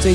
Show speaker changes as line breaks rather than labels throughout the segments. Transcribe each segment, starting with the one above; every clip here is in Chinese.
最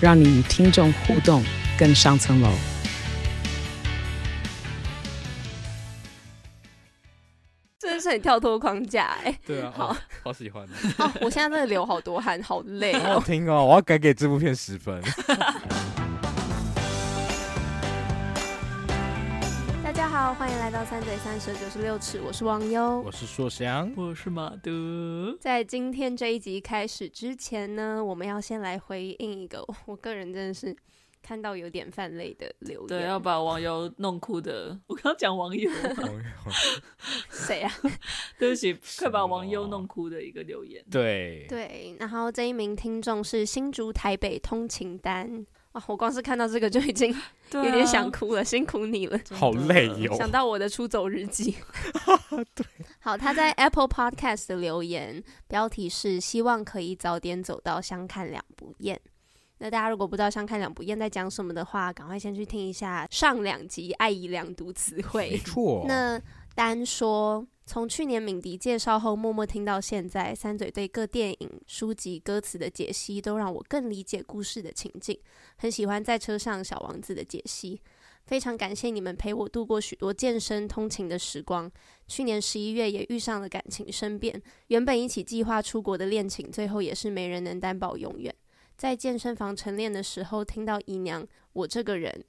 让你与听众互动更上层楼。
真的是很跳脱框架哎、
对啊，
好
好好喜欢。
哦我现在真的流好多汗，好累
好好
哦。
听哦，我要改给这部片十分。
大家好，欢迎来到三嘴三舌九十六尺，我是王优。
我是硕翔，
我是马德，
在今天这一集开始之前呢，我们要先来回应一个我我个人真的是看到有点泛泪的留言。
对，要把网友弄哭的。 我刚讲网 友，
谁啊？
对不起，快把网
什
友
么
弄哭的一个留言。
对，
对，然后这一名听众是新竹台北通勤单。哇，我光是看到这个就已经
对啊
有点想，哭了，辛苦你了。
真的
好累哦哟、
想到我的出走日 记。 好，他在 Apple Podcast 的留言标题是“希望可以早点走到相看两不厌”。那大家如果不知道相看两不厌在讲什么的话，赶快先去听一下上两集爱以两读词汇。
没错。
那丹说，从去年敏迪介绍后，默默听到现在，三嘴对各电影、书籍、歌词的解析，都让我更理解故事的情境。很喜欢在车上《小王子》的解析，非常感谢你们陪我度过许多健身通勤的时光。去年十一月也遇上了感情生变，原本一起计划出国的恋情，最后也是没人能担保永远。在健身房晨练的时候，听到姨娘“我这个人”，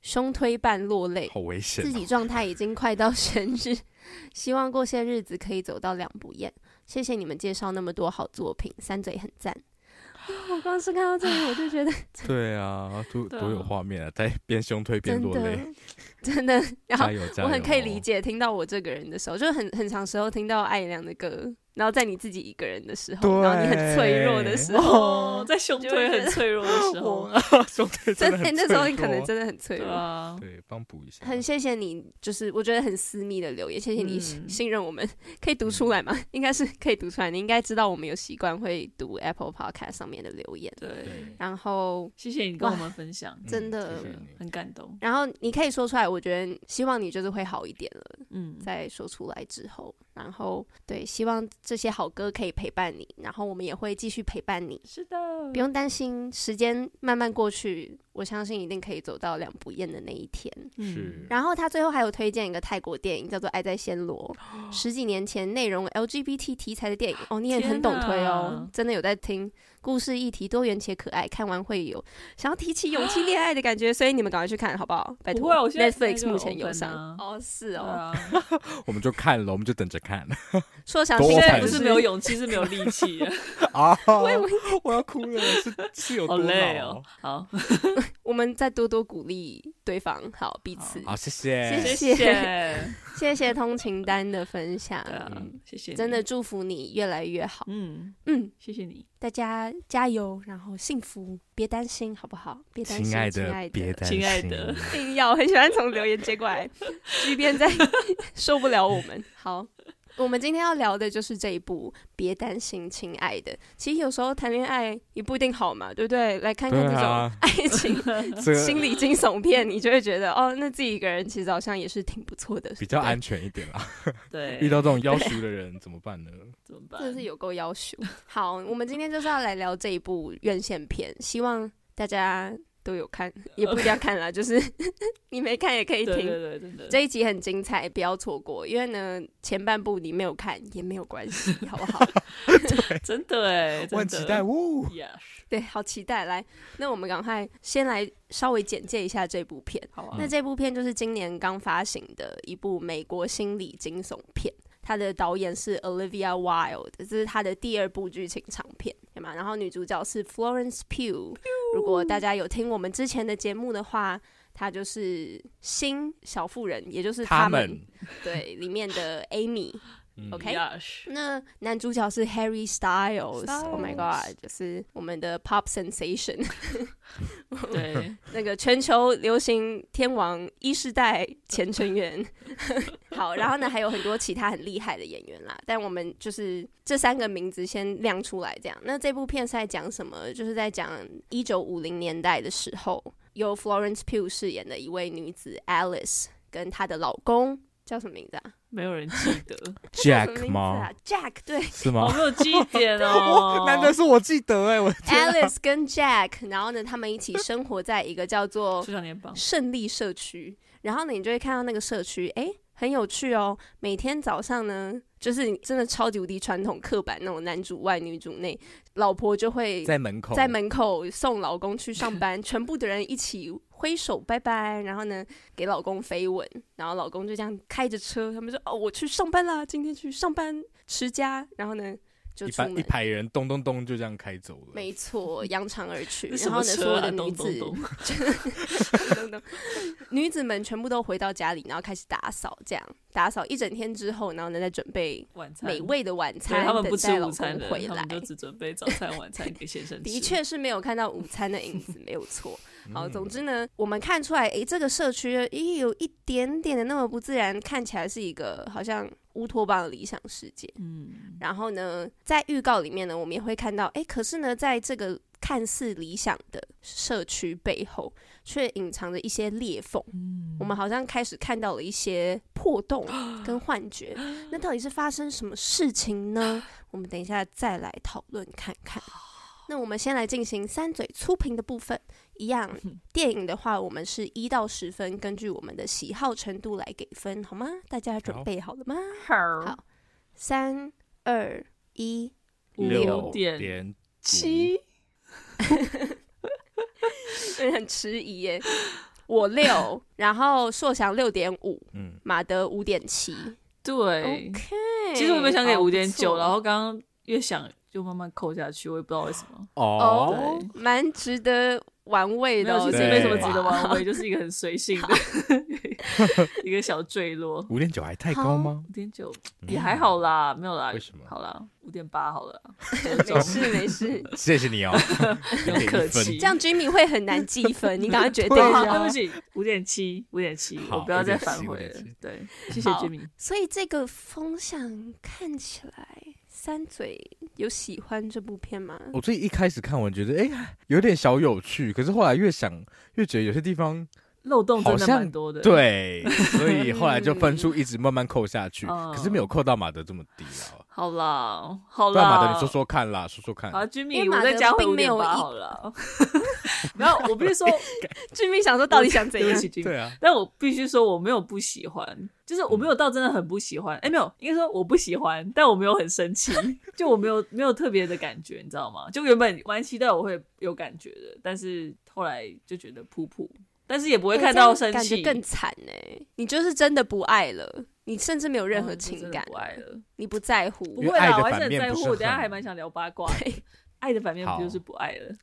胸推半落泪，
好危险、
自己状态已经快到生日， 希望过些日子可以走到两不厌。谢谢你们介绍那么多好作品，三嘴很赞。哦我光是看到这里，我就觉得
对啊，多
对啊
多有画面啊，在边胸推 边
真
落
的
泪，
真的，然后
加油加油！
我很可以理，解，听到我这个人的时候，就很很长时候听到艾良的歌，然后在你自己一个人的时候，然后你很脆弱的时 候，
哦，在胸推很脆弱的时 候，
胸推
真
的
的、
很
那时候
脆
你可能
弱
真的很脆
对
弱。
啊，
对帮补一下，
很谢谢你，就是我觉得很私密的留言，谢谢你
嗯
信信任我们，可以读出来吗？ 应该是可以读出来，你应该知道我们有习惯会读 Apple Podcast 上面的留言，
对，
然后
谢谢你跟我们分享，
嗯
真的
谢谢
对
你
很感动。
然后你可以说出来，我觉得希望你就是会好一点了，
嗯，
在说出来之后，然后对，希望这些好歌可以陪伴你，然后我们也会继续陪伴你。
是的，
不用担心，时间慢慢过去，我相信一定可以走到两不厌的那一天。
嗯
是
然后他最后还有推荐一个泰国电影，叫做《爱在暹罗》， 十几年前内容 LGBT 题材的电影哦，你也很懂推
天
哦
哪，
真的有在听。故事议题多元且可爱，看完会有想要提起勇气恋爱的感觉，所以你们赶快去看好不好？拜
不
托
会啊我现在现在
，Netflix
就
目前有
open
上、
啊
哦，是
对
哦。
啊，
我们就看了，我们就等着看
说想
多
现在
现在
惨
不
不
是
是没有勇气，是没有力 气，
啊！
我以为
我要哭了，是是有
好
多
累
老
啊
哦。好，
我们再多多鼓励对方，好彼此。
好，啊谢谢，
谢哎
谢
谢
谢，对
谢谢通勤丹的分享，
啊
嗯，
谢谢，
真的，祝福你越来越好。
嗯，
嗯，
谢谢你，
大家加油，然后幸福，别担心，好不好？别担心，
亲
亲
爱的，别担心，
亲爱的
一定要很喜欢从留言接过来，即便在 受不了我们。好，我们今天要聊的就是这一部《别担心，亲爱的》。其实有时候谈恋爱也不一定好嘛，对不对？来看看
对
这种
啊，
爱情、
这
心
个
理惊悚片，你就会觉得哦，那自己一个人其实好像也是挺不错的，
比较
对
安，全一点啦。
对，
遇到这种妖熟的人怎么办呢？
怎么办？
真的是有够要求。 好，我们今天就是要来聊这一部院线片，希望大家都有 看，也不一定要看啦，就是 你没看也可以
对
听
对。对，真的，
这一集很精彩，不要错过，因为呢前半部你没有看也没有关系，好不好？
真的哎，真
我很
的
期待，呜，
Yes，
对，好期待。来，那我们赶快先来稍微简介一下这部片。
好啊
那，这部片就是今年刚发行的一部美国心理惊悚片，它的导演是 Olivia Wilde，这是她的第二部剧情长片，对吗？然后女主角是 Florence Pugh，如果大家有听我们之前的节目的话，她就是《新小妇人》，也就是
他
们
们
对里面的 Amy
嗯
OK
Yes
那男主角是 Harry Styles，Oh
Styles
my god，就是我们的 Pop Sensation，
对，
那个全球流行天王一世代前成员。 好，然后呢还有很多其他很厉害的演员啦，但我们就是这三个名字先亮出来，这样。那这部片是在讲什么？就是在讲一九五零年代的时候，由 Florence Pugh 饰演的一位女子 Alice 跟她的老公叫什么名字啊
没有人记得，
叫什么名
Jack
字
吗
啊？？Jack 对。
是
我
吗？
没有记点 哦，
难得是我记得哎，我
Alice 跟 Jack，然后呢，他们一起生活在一个叫做
出场联邦，
胜利社区，然后呢，你就会看到那个社区，诶，很有趣哦。每天早上呢，就是真的超级无敌传统刻板那种男主外女主内，老婆就会
在门口，
在门口送老公去上班，全部的人一起挥手拜拜，然后呢给老公飞吻，然后老公就这样开着车，他们说哦我去上班啦，今天去上班持家，然后呢就
一
出
排
门
一。排人咚咚咚就这样开走了。
没错，扬长而去。
这什
然后
么
呢，所
车
有
啊？
的
咚
女子
咚咚，
等等，女子们全部都回到家里，然后开始打扫，这样打扫一整天之后，然后呢再准备
晚餐
美味的晚
对
餐，
他们不
等待
吃
老
午餐
公回
的，他
来
们。就只准备早餐、晚餐给先生吃。
的，确是没有看到午餐的影子，没有错。
嗯
好，总之呢，我们看出来，诶，这个社区咦有一点点的那么不自然，看起来是一个好像乌托邦的理想世界。
嗯，
然后呢，在预告里面呢，我们也会看到，哎，可是呢，在这个看似理想的社区背后，却隐藏着一些裂缝。我们好像开始看到了一些破洞跟幻觉。那到底是发生什么事情呢？我们等一下再来讨论看看。那我们先来进行三嘴粗评的部分，一样。电影的话，我们是一到十分，根据我们的喜好程度来给分，好吗？大家准
好
备好了吗？
好
好三二一，
六点
点
七，
有点很迟疑耶。我六，然后硕翔六点五，
嗯，
马德五点七。
对
OK，
其实我本想给
好
五点九，
不错
然后刚刚越想就慢慢扣下去，我也不知道为什么。
哦
哦，
蛮值得玩味
没
的哦、
有，其实
对
没什么值得玩味，就是一个很随性 的 一个小坠落。
五点九还太高吗？
五点九
嗯
也还好啦，没有啦。
为什么
好啦，五点八好 了，
没事没事，
谢谢你 哦，
不用客气。
这样 Jimmy 会很难计 分，你赶快决定
对啊
一
好，
下
对不
哦。
起，五点七，五点七，
好
我不要再反
5.7
悔了
5.7。
对，谢谢
好
Jimmy。
所以这个风向看起来，三嘴有喜欢这部片 吗？
我最一开始看，我觉得哎、有点小有趣，可是后来越想越觉得有些地方
漏洞真
好
的
像
蛮多的。，
对， 所以后来就分数一直慢慢扣下去，
嗯
可是没有扣到马德这么低啊。
好啦，好
不然
啦，
马德，你说说看啦，说说看。
好
因为
，Jimmy，
马
我再
德
加回
并
五
没
点
有
八
一
好 了。然后我必须说，
俊明想说， 到底想怎
对不
样？
起，Jimmy
对。啊，
但我必须说，我没有不喜欢，就是我没
嗯
有到真的很不喜欢。哎、没有，应该说我不喜欢，但我没有很生 气，就我没有没有特别的感觉，你知道吗？就原本蛮期待我会有感觉的，但是后来就觉得普普，但是也不会
欸
看
这样
到生
感觉
气，
更惨呢、你就是真的不爱了，你甚至没有任何情感
嗯就真的，不爱了。
你不在乎。
不
因
会
为爱
啦，
的
我还是
反
很
面
在
不
乎。
是
我等一下
恨
还蛮想聊八卦的
对。
爱的反面不
好
就是不爱了？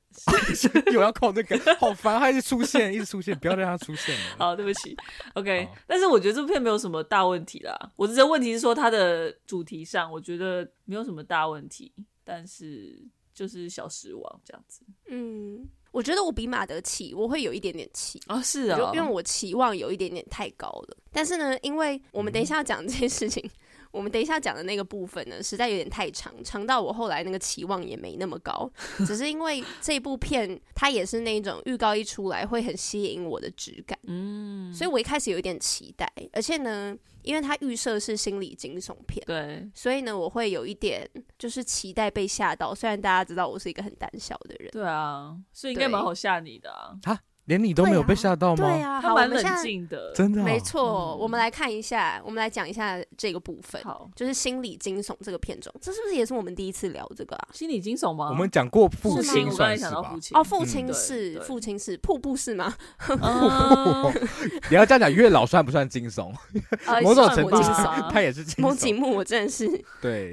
有要扣这个，好烦，他一直出现，一直出现，不要让他出现了。
好，对不起，OK
好。
但是我觉得这部片没有什么大问题啦。我只是问题是说它的主题上，我觉得没有什么大问题，但是就是小失望这样子。
嗯，我觉得我比马德气，我会有一点点气。
哦，是
我
啊、
就因为我期望有一点点太高了，但是呢，因为我们等一下要讲这件事情，我们等一下讲的那个部分呢，实在有点太长，长到我后来那个期望也没那么 高，只是因为这部片它也是那种预告一出来会很吸引我的质感，
嗯，
所以我一开始有一点期待，而且呢，因为它预设是心理惊悚片。
对，
所以呢，我会有一点就是期待被吓到。虽然大家知道我是一个很胆小的人，
对啊，所以应该
对
蛮好吓你的啊。
连你都没有被吓到吗？
对啊，
哦他
好，我
蛮
们现
冷
在
静的，
真的啊、
没错，
嗯
我们来看一下，我们来讲一下这个部分，
好。
就是心理惊悚这个片种，这是不是也是我们第一次聊这个啊？
心理惊悚吗？
我们讲过父
是吗
亲
我刚
算
才
是
想到
吧
父？亲
哦，父哦亲
嗯对
是
对
父亲是瀑布是 吗？
嗯
你要这样讲，月老算不算惊悚？
呃，
某种
算
程
我
度
惊
吧
悚。
他也是惊
某几
悚。
幕我真的是，
对，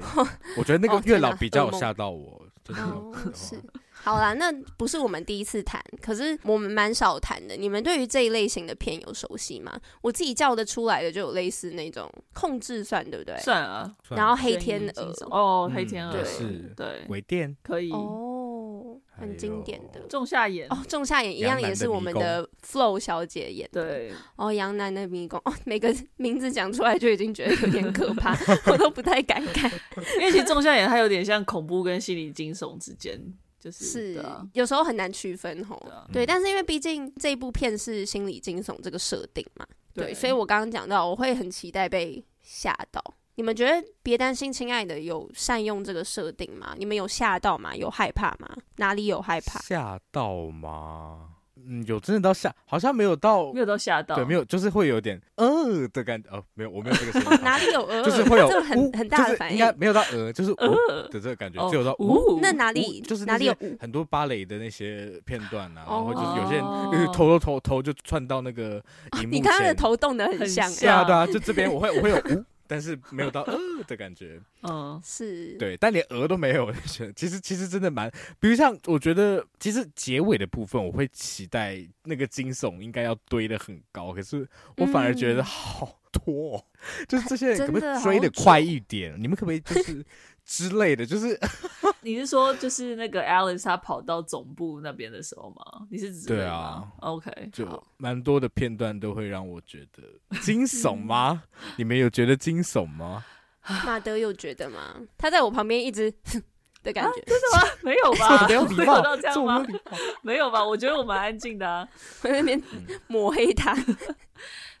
我觉得那
哦
个
天
月老
哪
比
噩
较有
梦
嗯
吓到我。真的
啊
哦，
话
是 好啦，那不是我们第一次谈，可是我们蛮少谈的。你们对于这一类型的片有熟悉吗？我自己叫得出来的就有类似那种控制算，对不对？
算啊，
算
然后黑天
悬疑
鹅
惊悚哦，
嗯
黑天鹅
对
是
对，
微电
可以。
哦，很经典的
还有
仲夏夜
哦，仲夏夜一样也是我们的 Flow 小姐演的。
对，
哦，杨楠的迷宫哦，每个名字讲出来就已经觉得有点可怕， 我都不太敢看。
因为其实仲夏夜它有点像恐怖跟心理惊悚之间，就是
是
对啊，
有时候很难区分吼。
对啊
嗯
对，但是因为毕竟这部片是心理惊悚这个设定嘛，对，
对
所以我刚刚讲到，我会很期待被吓到。你们觉得《别担心，亲爱的》有善用这个设定吗？你们有吓到吗？有害怕吗？哪里有害怕？，
吓到吗？嗯，有真的到吓，好像没有到，
没有到吓到，
对，没有，就是会有点呃的感觉。哦，没有，我没有这个声音
哪里有鹅？
就是会有
这种
呜
很很大的反应。
就是应该没有到呃，就是呜
呃
的这个感觉，
哦
只有到呜。
呜
那哪里、
呜就是那
哪里有
些
舞？
很多芭蕾的那些片段啊，然
哦哦
后就是有些人
哦
就是头头头头就窜到那个荧幕
你看他的
前，
头动得很
很
像、欸
对
像
啊对啊，就这边我会我会有呜，但是没有到呃的感觉，
嗯，
是，
对，但连鹅都没有。我就觉得其实其实真的蛮，比如像我觉得，其实结尾的部分我会期待那个惊悚应该要堆的很高，可是我反而觉得
嗯
好多、哦，就是这些人可不
真
可
的
以追
好
的
久
快一点？你们可不可以就是之类的？就是
你是说就是那个 Alice 她跑到总部那边的时候吗？你是指
对
人
啊
吗？OK，
就蛮多的片段都会让我觉得惊悚吗？你们有觉得惊悚吗？
马德有觉得吗？啊他在我旁边一直 的感觉，
没有
这我
吧？
没有
啊有
礼貌
到这，
这
样
我没有
吗？
礼貌。
没有吧？我觉得我蛮安静的啊。
我在那边
嗯
抹黑他。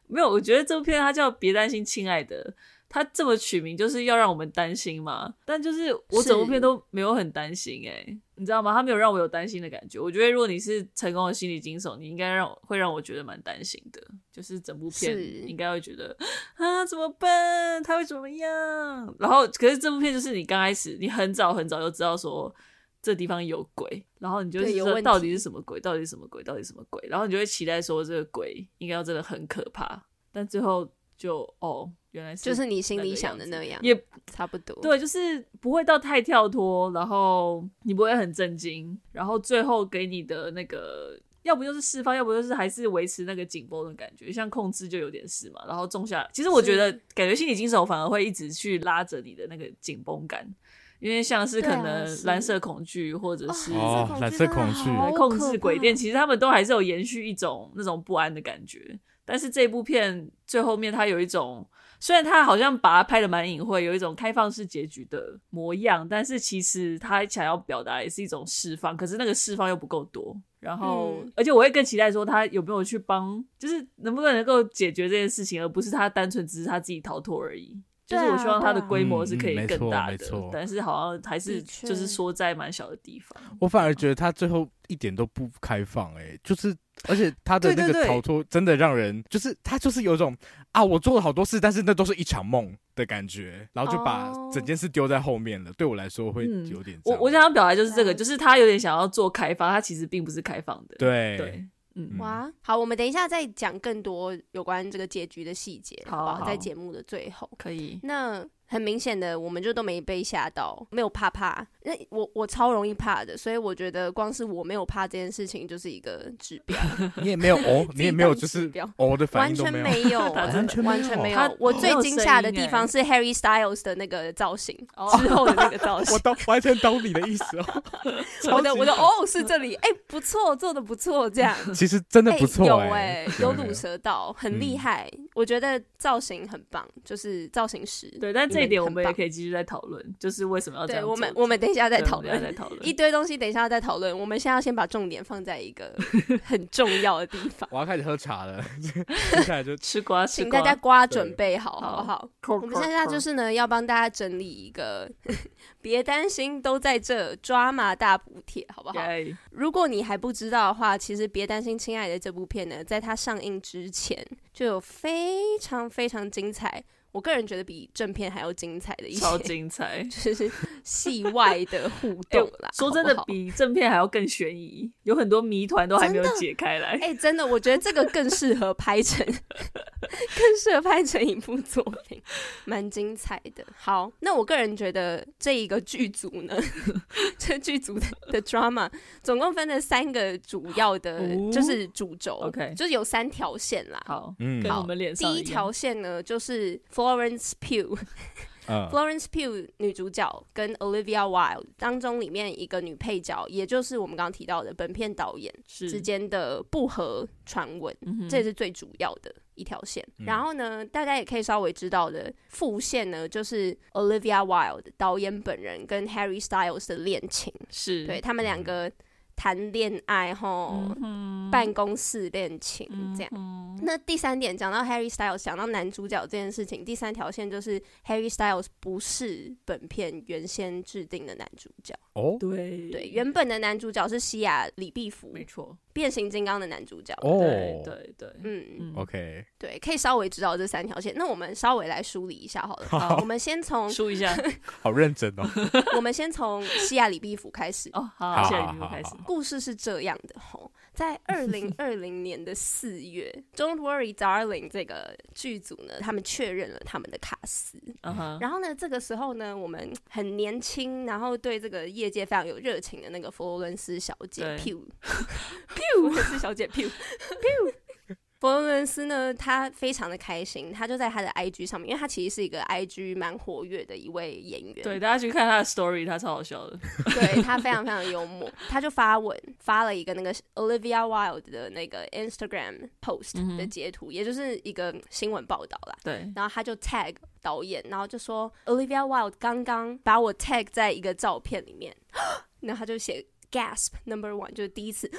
没有，我觉得这部片它叫《别担心，亲爱的》，它这么取名就是要让我们担心嘛。但就是我整部
是
片都没有很担心哎、你知道吗？它没有让我有担心的感觉。我觉得如果你是成功的心理惊悚，你应该让会让我觉得蛮担心的，就是整部片
是
应该会觉得啊怎么办？他会怎么样？然后可是这部片就是你刚开始，你很早很早就知道说。这地方有鬼，然后你就
对
是
有
说
问
到
题
底是什么鬼，到底是什么鬼，到底是什么鬼，然后你就会期待说这个鬼应该要真的很可怕，但最后就哦，原来是
就是你心里想的那样，
也
差不多。，
对，就是不会到太跳脱，然后你不会很震惊，然后最后给你的那个。要不就是释放，要不就是还是维持那个紧绷的感觉，像控制就有点是嘛。然后种下，其实我觉得感觉心理精神反而会一直去拉着你的那个紧绷感，因为像是可
对啊
能
是
蓝色恐惧或者是
哦蓝色恐惧
来控制鬼店，其实他们都还是有延续一种那种不安的感觉。但是这部片最后面，它有一种虽然它好像把它拍的蛮隐晦，有一种开放式结局的模样，但是其实它想要表达也是一种释放，可是那个释放又不够多。然后，
嗯
而且我会更期待说他有没有去帮，就是能不能够解决这件事情，而不是他单纯只是他自己逃脱而已。就
对啊
是我希望他的
对啊
规模是
嗯
可
嗯
以
没
更
错
大
没
的，
错
但是好像还是
的确
就是缩在蛮小的地方。
我反而觉得他最后一点都不开放、哎，就是而且他的那
对对
个
对
逃脱真的让人，就是他就是有一种啊，我做了好多事，但是那都是一场梦的感觉，然后就把
哦
整件事丢在后面了。对我来说会
嗯
有点这
我
样、
我想要表达就是这
了
个，
解
就是他有点想要做开放，他其实并不是开放的。
对
对，嗯，
哇，好，我们等一下再讲更多有关这个结局的细节，
好
好不好？
好
在节目的最后，
可以。
那很明显的，我们就都没被吓到，没有怕怕。那我我超容易怕的，所以我觉得光是我没有怕这件事情就是一个指标，
你也没有 哦， 你也没有就
指
是
标
哦的反
完
应都
全
没有。
没有，
他
哎
真
的
完全
没
没
有
他
有。我
没
最
有
惊
声
吓的
音哦
地
哎
方是 Harry Styles 的那个造型，
之后的那个造
我
型，
都完全懂你的意思 哦，
我的我的哦是这里，哎、不错，做的不错，这 样。
其实真的不错
有欸
欸
哎、
有
对
乳蛇道，很
嗯
厉害。我觉得造型很棒，就是造型师。
对，但这一点我们也可
以，
以继续再讨论，就是为什么要
嗯
这
对
样做。
我们我们等一下再
对
讨
我们等一下
论
再讨 论
一堆东西，等一下再讨论。我们现在要先把重点放在一个很重要的地 方，
我要开始喝茶了，接下来就
吃瓜，吃
请
瓜
大家瓜准备好，
好
好不好？
我
我们现
嗯
在就是呢，要帮大家整理一个，别担心，都在这抓马大补贴，好不好？
耶
如果你还不知道的话，其实别担心，《亲爱的》这部片呢，在它上映之前就有非常非常精彩，我个人觉得比正片还要精彩的一
超
些，
精彩。
就是戏外的互
哎
动啦。
说
好
真
不
的
好，
比正片还要更悬疑，有很多谜团都还没有解开来。
哎、真的，我觉得这个更适合拍成，更适合拍成一部作品，蛮精彩的。好，那我个人觉得这一个剧组呢， 这剧组的的 drama 总共分了三个主要的，
哦
就是主轴
OK
就是有三条线啦。
好，
嗯
跟我们脸上
第一
样
条线呢，就是 Florence Pugh，
嗯
Florence Pugh 女主角跟 Olivia Wilde 当中里面一个女配角，也就是我们刚刚提到的本片导演
是嗯
之间的不和传闻，这也是最主要的一条线。然后呢，大家也可以稍微知道的副线呢，就是 Olivia Wilde 导演本人跟 Harry Styles 的恋情，
是
对他们两个谈恋爱吼，办公室恋情
嗯
这样。那第三点讲到 Harry Styles，讲到男主角这件事情，第三条线就是 Harry Styles 不是本片原先制定的男主角。
哦
对
对，原本的男主角是西亚李碧芙，
没错，
变形金刚的男主角。
对
哦
对对，
嗯，
嗯
，OK，
对，可以稍微知道这三条线。那我们稍微来梳理一下好了。
好
我们先从
输一下
好认真哦。
我们先从西亚李碧芙开始。
哦，好，
好
现在
好
你们
好
开始
好，
故事是这样的吼，在二零二零年的四月，《Don't Worry, Darling》这个剧组呢，他们确认了他们的卡司。
嗯哼，
然后呢，这个时候呢，我们很年轻，然后对这个业界非常有热情的那个佛罗伦斯小姐
对
Pew Pew 佛罗伦斯小姐 Pew Pew。佛罗伦斯呢，她非常的开心，她就在她的 IG 上面，因为她其实是一个 IG 蛮活跃的一位演员，
对，大家去看他的 story，他超好笑的，
对他非常非常幽默，他就发文发了一个那个 Olivia Wilde 的那个 Instagram post 的截图，也就是一个新闻报道啦。
对，
然后他就 tag 导演，然后就说 Olivia Wilde 刚刚把我 tag 在一个照片里面，然后他就写 gasp number one 就是第一次，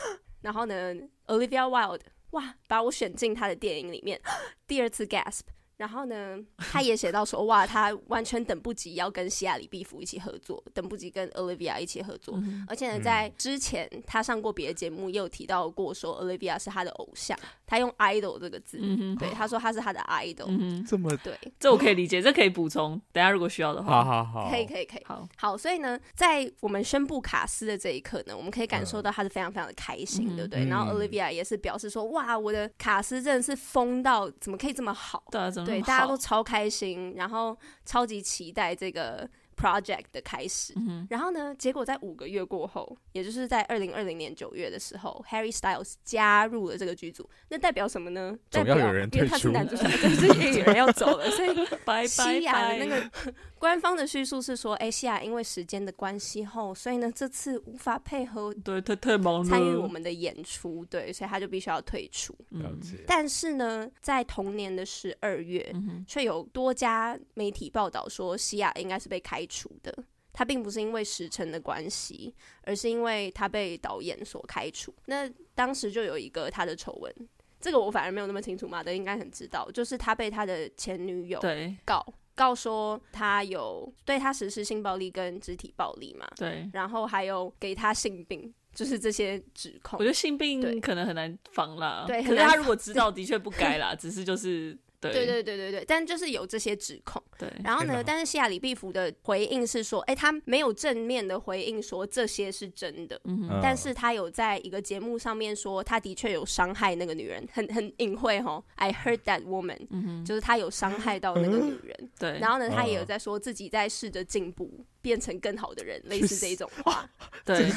然后呢 Olivia Wilde 哇把我选进他的电影里面，第二次 gasp。然后呢，他也写到说，哇，他完全等不及要跟希亚里毕福一起合作，等不及跟 Olivia 一起合作。
嗯
而且呢，在之前他上过别的节目，也有提到过说 Olivia 是他的偶像，他用 idol 这个字，
嗯
对，他说他是他的 idol，、
这么
对，
这我可以理解，这可以补充，等一下如果需要的
好
话，
好哦好，
可以可以可以。
好，
好，所以呢，在我们宣布卡斯的这一刻呢，我们可以感受到他是非常非常的开心，对不对？
嗯
然后 Olivia 也是表示说，哇，我的卡斯真的是疯到，怎么可以这么好？
大啊家怎
嗯
么那
对，
么
大家
好
都超开心，然后超级期待这个 project 的开始。
嗯
然后呢，结果在五个月过后，也就是在二零二零年九月的时候，Harry Styles 加入了这个剧组。那代表什么呢？代
总要
表
有人
因为
退
他是
出
男主角，对，就是也有人要走 了，所以
拜
西
拜
亚的那
拜，
个官方的叙述是说，哎，西亚因为时间的关系后，所以呢这次无法配合
对，他太忙了，
参与我们的演
嗯
出，对，所以他就必须要退出。
了解。
但是呢，在同年的十二月，
嗯
却有多家媒体报道说，西亚应该是被开除的。他并不是因为时辰的关系，而是因为他被导演所开除。那当时就有一个他的丑闻，这个我反而没有那么清楚，马德应该很知道，就是他被他的前女友
对
告告说他有对他实施性暴力跟肢体暴力嘛，
对，
然后还有给他性病，就是这些指控
我觉。得性
对
病可能很难防啦，
对
可
很
是
难
他如果知道，的确不该啦，只 是就是对
对对对对对，但就是有这些指控。
对
然后
天
呢，
哪
但是西亚里毕福的回应是说，哎，他没有正面的回应说这些是真的，
嗯
但是他有在一个节目上面说，他的确有伤害那个女人，很很隐晦吼。I hurt that woman，、就是他有伤害到那个女人。
对，
然后呢，他也有
嗯
在说自己在试着进步，变成更好的人，类似这一种话。
对，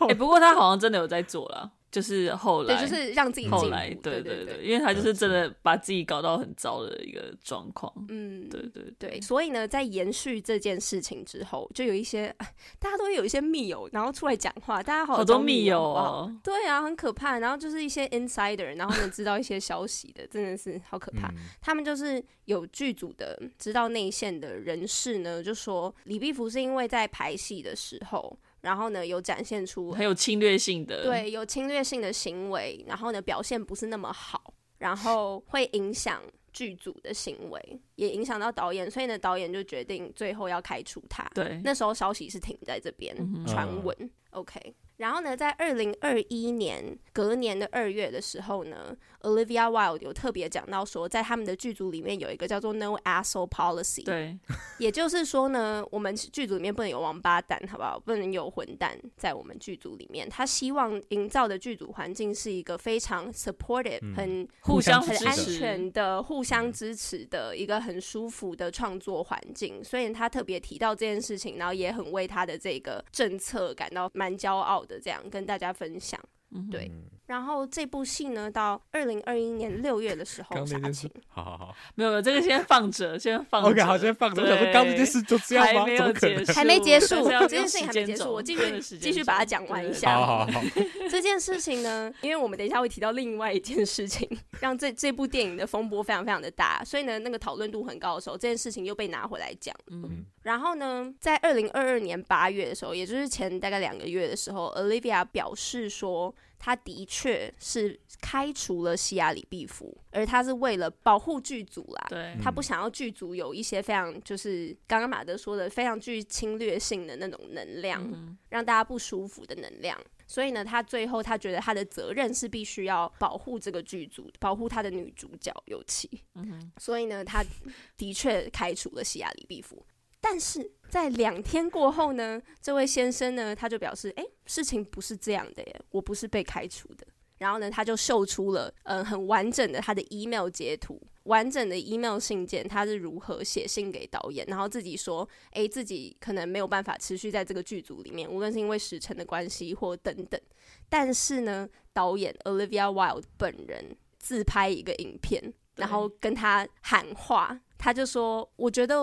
哎，不过他好像真的有在做啦，就是后
对，
来
就是让自己进步。
后来，
对
对
对，
因为他就是真的把自己搞到很糟的一个状况。
嗯，
对对
对。所以呢，在延续这件事情之后，就有一些啊大家都会有一些密友，然后出来讲话，大家好
好
多
多密友
好不好
哦，
对啊，很可怕。然后就是一些 insider，然后能知道一些消息的，真的是好可
嗯
怕。他们就是有剧组的知道内线的人士呢，就说李碧福是因为在排戏的时候，然后呢有展现出
很有侵略性的，，
对，有侵略性的行为，然后呢表现不是那么好，然后会影响剧组的行为。也影响到导演，所以呢，导演就决定最后要开除他。
对，
那时候消息是停在这边
嗯哼
传闻、o k 然后呢，在二零二一年隔年的二月的时候呢，Olivia Wilde 有特别讲到说，在他们的剧组里面有一个叫做 “No Asshole Policy”，，
对，
也就是说呢，我们剧组里面不能有王八蛋，好不好？不能有混蛋在我们剧组里面。他希望营造的剧组环境是一个非常 supportive、
嗯
很
互相
很
支
安
持
全的、互相支持的一个很舒服的创作环境。所以他特别提到这件事情，然后也很为他的这个政策感到蛮骄傲的，这样跟大家分享。
嗯
对然后这部戏呢，到二零二一年六月的时候
刚那
杀
件
青
事。，好好好
没有没有，这个先放着，先放着。
，OK，好，先放着。我想说，
对
刚那件事就这样
还
吗？
没
怎么
有
可
结
能？
束，
还没结束
但是要
这件事情还没结束我继续
用时间轴
继续把它讲完一下
好好好，
这件事情呢，因为我们等一下会提到另外一件事情， 让这这部电影的风波非常非常的大，所以呢，那个讨论度很高的时候，这件事情又被拿回来讲。
嗯
然后呢，在二零二二年八月的时候，也就是前大概两个月的时候，Olivia 表示说，她的确是开除了希亚里毕福，而她是为了保护剧组啦，
对，
嗯
他不想要剧组有一些非常就是刚刚马德说的非常具侵略性的那种能量，让大家不舒服的能量。所以呢，他最后他觉得他的责任是必须要保护这个剧组，保护他的女主角尤其。所以呢，他的确开除了希亚里毕福。但是在两天过后呢，这位先生呢，他就表示，哎、事情不是这样的耶，我不是被开除的。然后呢，他就秀出了嗯、呃很完整的他的 email 截图，完整的 email 信件，他是如何写信给导演，然后自己说，哎，自己可能没有办法持续在这个剧组里面，无论是因为时辰的关系或等等。但是呢，导演 Olivia Wilde 本人自拍一个影片，然后跟他喊话，他就说，我觉得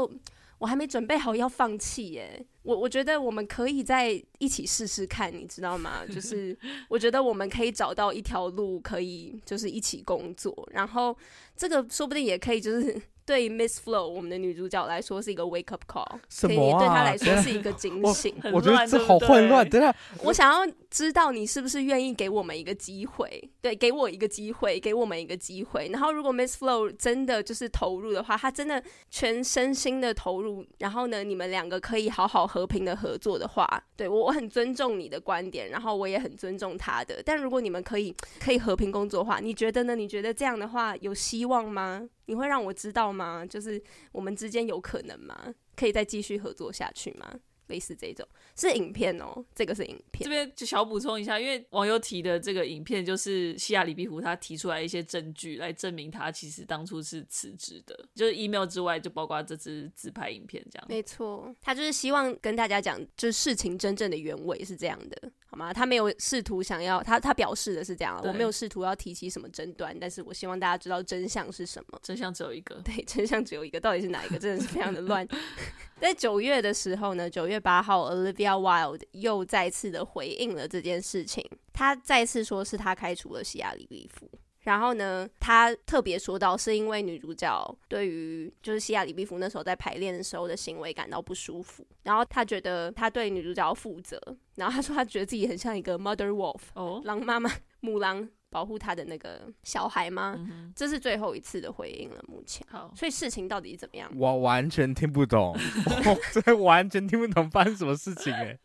我还没准备好要放弃耶。我我觉得我们可以再一起试试看，你知道吗？就是我觉得我们可以找到一条路，可以就是一起工作，然后这个说不定也可以就是。 对 Miss Flow 我们的女主角来说是一个 wake up call，
什
可以
么啊
对她 来说是一个警
我
醒。
很
我觉得
乱
这
对不
好混
对
乱。等一下，
我想要知道你是不是愿意给我们一个机会，对，给我一个机会，给我们一个机会。然后，如果 Miss Flow 真的就是投入的话，她真的全身心的投入，然后呢，你们两个可以好好和平的合作的话，对我我很尊重你的观点，然后我也很尊重他的。但如果你们可以可以和平工作的话，你觉得呢？你觉得这样的话有希望吗？你会让我知道吗？就是我们之间有可能吗？可以再继续合作下去吗？类似这种是影片哦，这个是影片
这。边就小补充一下，因为网友提的这个影片就是西亚里壁虎他提出来一些证据来证明他其实当初是辞职的，就是 email 之外就包括这支自拍影片这样。
没错，他就是希望跟大家讲，就是事情真正的原委是这样的，好吗？他没有试图想要，他他表示的是这样啊，
对
我没有试图要提起什么争端，但是我希望大家知道真相是什么。
真相只有一个，
对，真相只有一个，到底是哪一个？真的是非常的乱。 在九月的时候呢，九月八号，Olivia Wilde 又再次的回应了这件事情，她再次说是她开除了希亚里利夫。然后呢，她特别说到是因为女主角对于就是希亚里利夫那时候在排练的时候的行为感到不舒服，然后她觉得她对女主角要负责，然后她说她觉得自己很像一个 mother wolf，
哦，
狼妈妈母狼保护她的那个小孩吗？
嗯哼，
这是最后一次的回应了，目前。
好，
所以事情到底是怎么样？
我完全听不懂，我真的完全听不懂发生什么事情哎。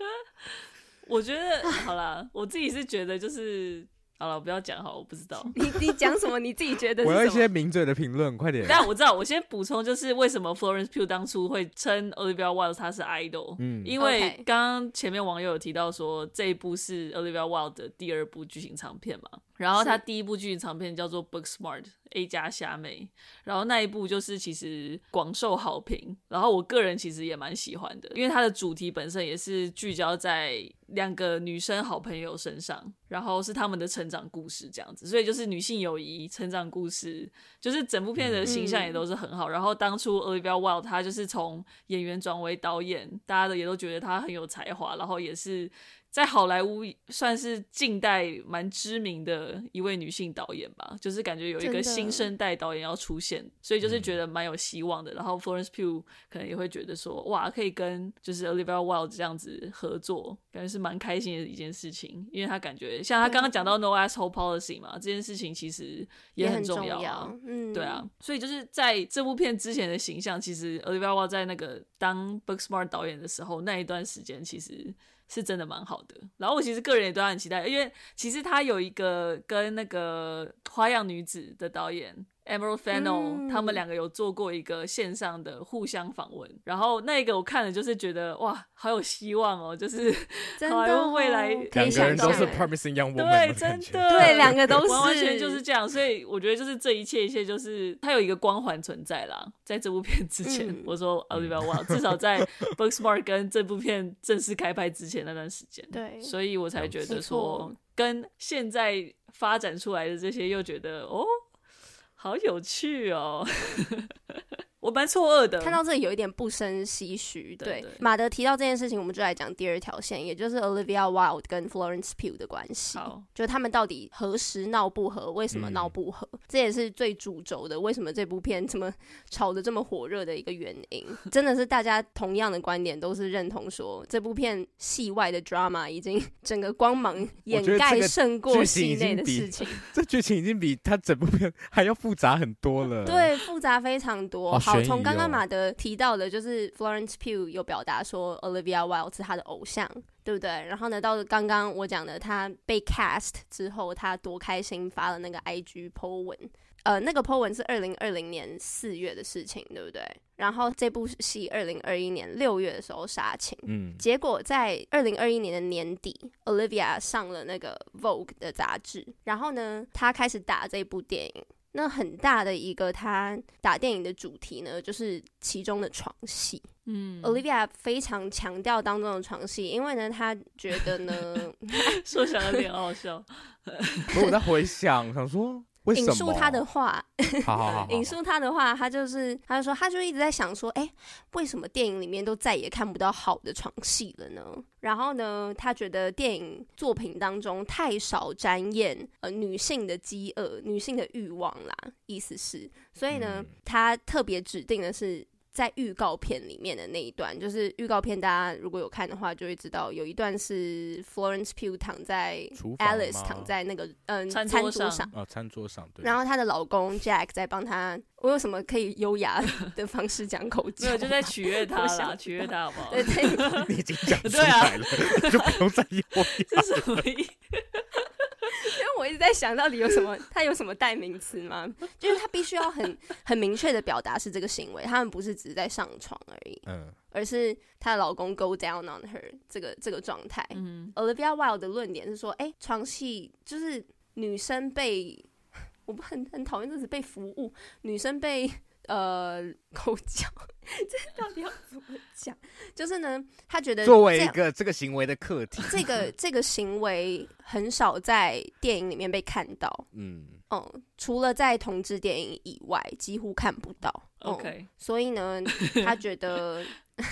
我觉得好啦，我自己是觉得就是好了，不要讲好了，我不知道。
你你讲什么？你自己觉得是
我要一
什么
些名嘴的评论，快点。
但我知道，我先补充，就是为什么 Florence Pugh 当初会称 Olivia Wilde 她是 idol，、
嗯
因为
OK
刚刚前面网友有提到说这一部是 Olivia Wilde 的第二部剧情长片嘛，然后她
是
第一部剧情长片叫做 Booksmart A 加虾妹，然后那一部就是其实广受好评，然后我个人其实也蛮喜欢的，因为它的主题本身也是聚焦在两个女生好朋友身上，然后是他们的成长故事这样子，所以就是女性友谊、成长故事，就是整部片的形象
嗯
也都是很好。然后当初 Olivia Wilde 她就是从演员转为导演，大家都也都觉得她很有才华，然后也是在好莱坞算是近代蛮知名的一位女性导演吧，就是感觉有一
真的
个新生代导演要出现，所以就是觉得蛮有希望的。然后 Florence Pugh 可能也会觉得说，哇，可以跟就是 Olivia Wilde 这样子合作，感觉是蛮开心的一件事情，因为她感觉像她刚刚讲到 No Asshole Policy 嘛，这件事情其实
也
很
重
要啊、
嗯，
对啊，，所以就是在这部片之前的形象，其实 Olivia Wilde 在那个当 Booksmart 导演的时候，那一段时间其实是真的蛮好的。然后我其实个人也对她很期待，因为其实她有一个跟那个《花样女子》的导演 Emerald Fennel，、
嗯
他们两个有做过一个线上的互相访问，然后那个我看了就是觉得哇，好有希望哦，就是
真
好莱
的
坞未来
哦可以
两个人都是
想象
promising young woman，
对，真的，
对两个都
哎完完
是
全就是这样，所以我觉得就是这一切一切就是它有一个光环存在啦。在这部片之前，
嗯
我说 Olivia Wilde 至少在 Booksmart 跟这部片正式开拍之前那段时间，
对
所以我才觉
没
得
错
说跟现在发展出来的这些又觉得哦，好有趣哦， 我蛮错愕的，
看到这里有一点不胜唏嘘。
对
对
对，
马德提到这件事情，我们就来讲第二条线，也就是 Olivia Wilde 跟 Florence Pugh 的关系。
好
就他们到底何时闹不和，为什么
嗯
闹不和，这也是最主轴的。为什么这部片这么炒得这么火热的一个原因，真的是大家同样的观点都是认同说，这部片戏外的 drama 已经整个光芒掩
我觉得
盖
这个
胜过
剧情
戏
已经
内的
比
事情，
这剧情已经比他整部片还要复杂很多了。，
对，复杂非常多。
好
好，
悬疑
从刚刚
哦
马德提到的，就是 Florence Pugh 有表达说 Olivia Wilde 是他的偶像，对不对？然后呢，到刚刚我讲的他被 cast 之后，他多开心，发了那个 IG po 文。呃，那个 po 文是二零二零年四月的事情，对不对？然后这部戏二零二一年六月的时候杀青，
嗯，
结果在二零二一年的年底，Olivia 上了那个 Vogue 的杂志，然后呢，她开始打这部电影。那很大的一个她打电影的主题呢，就是其中的床戏。
嗯，
Olivia 非常强调当中的床戏，因为呢，她觉得呢，
说起来有点好 笑，
所以我在回想，我想说为什
引
么？
述她的话，
好好好好，
引述他的话，他就是，他就说，他就一直在想说，哎、为什么电影里面都再也看不到好的床戏了呢？然后呢，他觉得电影作品当中太少展演呃女性的饥饿、女性的欲望啦，意思是，所以呢，
嗯
他特别指定的是。在预告片里面的那一段，就是预告片，大家如果有看的话，就会知道有一段是 Florence Pugh 躺在
厨房
Alice
吗
躺在那个嗯
餐
餐
桌
桌
上
上，
啊餐桌上，对，
然后她的老公 Jack 在帮她，我有什么可以优雅的方式讲口
没
技？
有就在取悦他
我想不
啦，取悦他好不好？
对对，
你已经讲出
对啊
来了， 就不用再用。
这是什么意思？
因为我一直在想到底有什么，他有什么代名词吗？就是他必须要很很明确的表达是这个行为，他们不是只是在上床而已，
嗯，
而是她的老公 go down on her 这个这个状态。
嗯
Olivia Wilde 的论点是说，哎、床戏就是女生被，我不很很讨厌这词被服务，女生被呃 口交，这到底要怎么讲？就是呢，他觉得
作为
这
一
样
个这个行为的课 题，
这个这个行为很少在电影里面被看到，
嗯，
嗯，除了在同志电影以外，几乎看不到。嗯
，OK。
所以呢，他觉得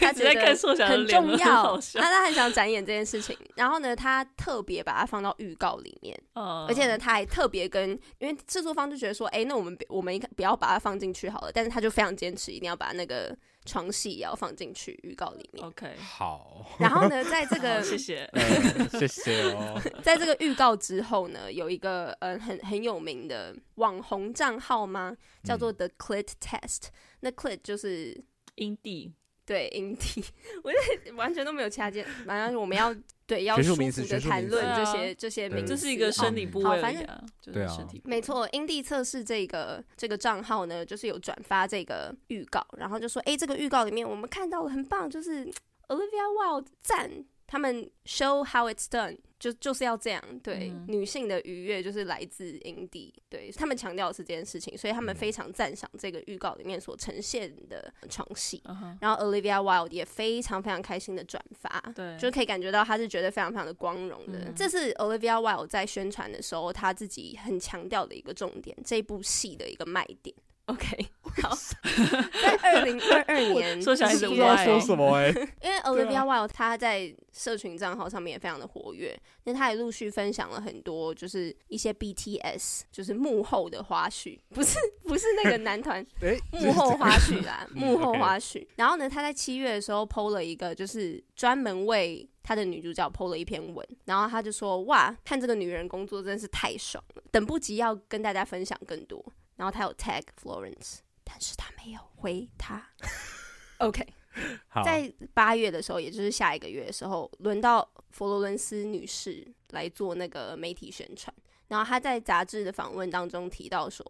他
只
觉
在看
得
硕翔的
很
脸
重
了很
要，
好笑
他他很想展演这件事情。然后呢，他特别把它放到预告里面，
嗯
而且呢，他还特别跟，因为制作方就觉得说，哎、那我们我们应该不要把它放进去好了，但是他就非常坚持，一定要把那个床戏也要放进去预告里面。
，OK，
好，
然 后呢，在这个
哦好谢谢，
嗯 谢谢哦。
在这个预告之后呢，有一个呃很很有名的网红账号吗，
嗯
叫做 The Clit Test。那 Clit 就是
阴蒂，
对 音体，我是完全都没有掐键。反正我们要对要
学术
舒
名
服
词
的
学术
谈
名
论
词
这
对啊
些这些
对
名词，
这是一个
好
生理部位
好
而
反
已
正
啊，就
对
是
啊
身体部位，
没错，英地测试这个这个账号呢，就是有转发这个预告，然后就说，哎，这个预告里面我们看到了很棒，就是 Olivia Wilde 赞他们 show how it's done，就就是要这样，对，
嗯
女性的愉悦就是来自英地，对他们强调的是这件事情，所以他们
嗯
非常赞赏这个预告里面所呈现的床戏，
嗯哼，
然后 Olivia Wilde 也非常非常开心的转发，
对，
就可以感觉到她是觉得非常非常的光荣的。
嗯
这是 Olivia Wilde 在宣传的时候，她自己很强调的一个重点，这部戏的一个卖点。OK，好，在二零二 二年
说起来是
7
不
月
知道
歪
说
哦
什么哎、
因
啊
为 Olivia Wilde 她在社群账号上面也非常的活跃，那她也陆续分享了很多就是一些 BTS 就是幕后的花絮，不是不是那个男团
哎、
幕后花絮啦，
嗯
幕后
OK
花絮。然后呢，她在七月的时候 PO 了一个，就是专门为她的女主角 PO 了一篇文，然后她就说哇，看这个女人工作真是太爽了，等不及要跟大家分享更多。然后她有 tag Florence，但是她没有回 她。OK。
好，
在八月的时候，也就是下一个月的时候，轮到佛罗伦斯女士来做那个媒体宣传。然后她在杂志的访问当中提到说，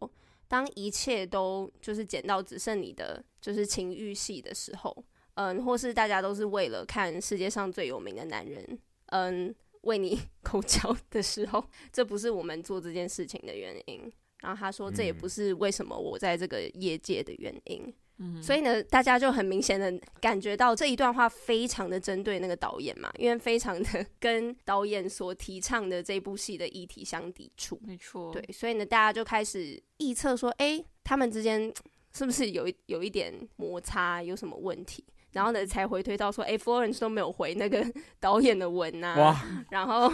当一切都就是减到只剩你的就是情欲戏的时候，嗯，或是大家都是为了看世界上最有名的男人，嗯，为你 口交的时候，这不是我们做这件事情的原因。然后她说，这也
嗯
不是为什么我在这个业界的原因。
嗯，
所以呢，大家就很明显的感觉到这一段话非常的针对那个导演嘛，因为非常的跟导演所提倡的这部戏的议题相抵触。
没错，
对，所以呢，大家就开始臆测说，哎、他们之间是不是有一有一点摩擦，有什么问题？然后呢，才回推到说，哎、f l o r e n c e 都没有回那个 导演的文呐、
哇，
然后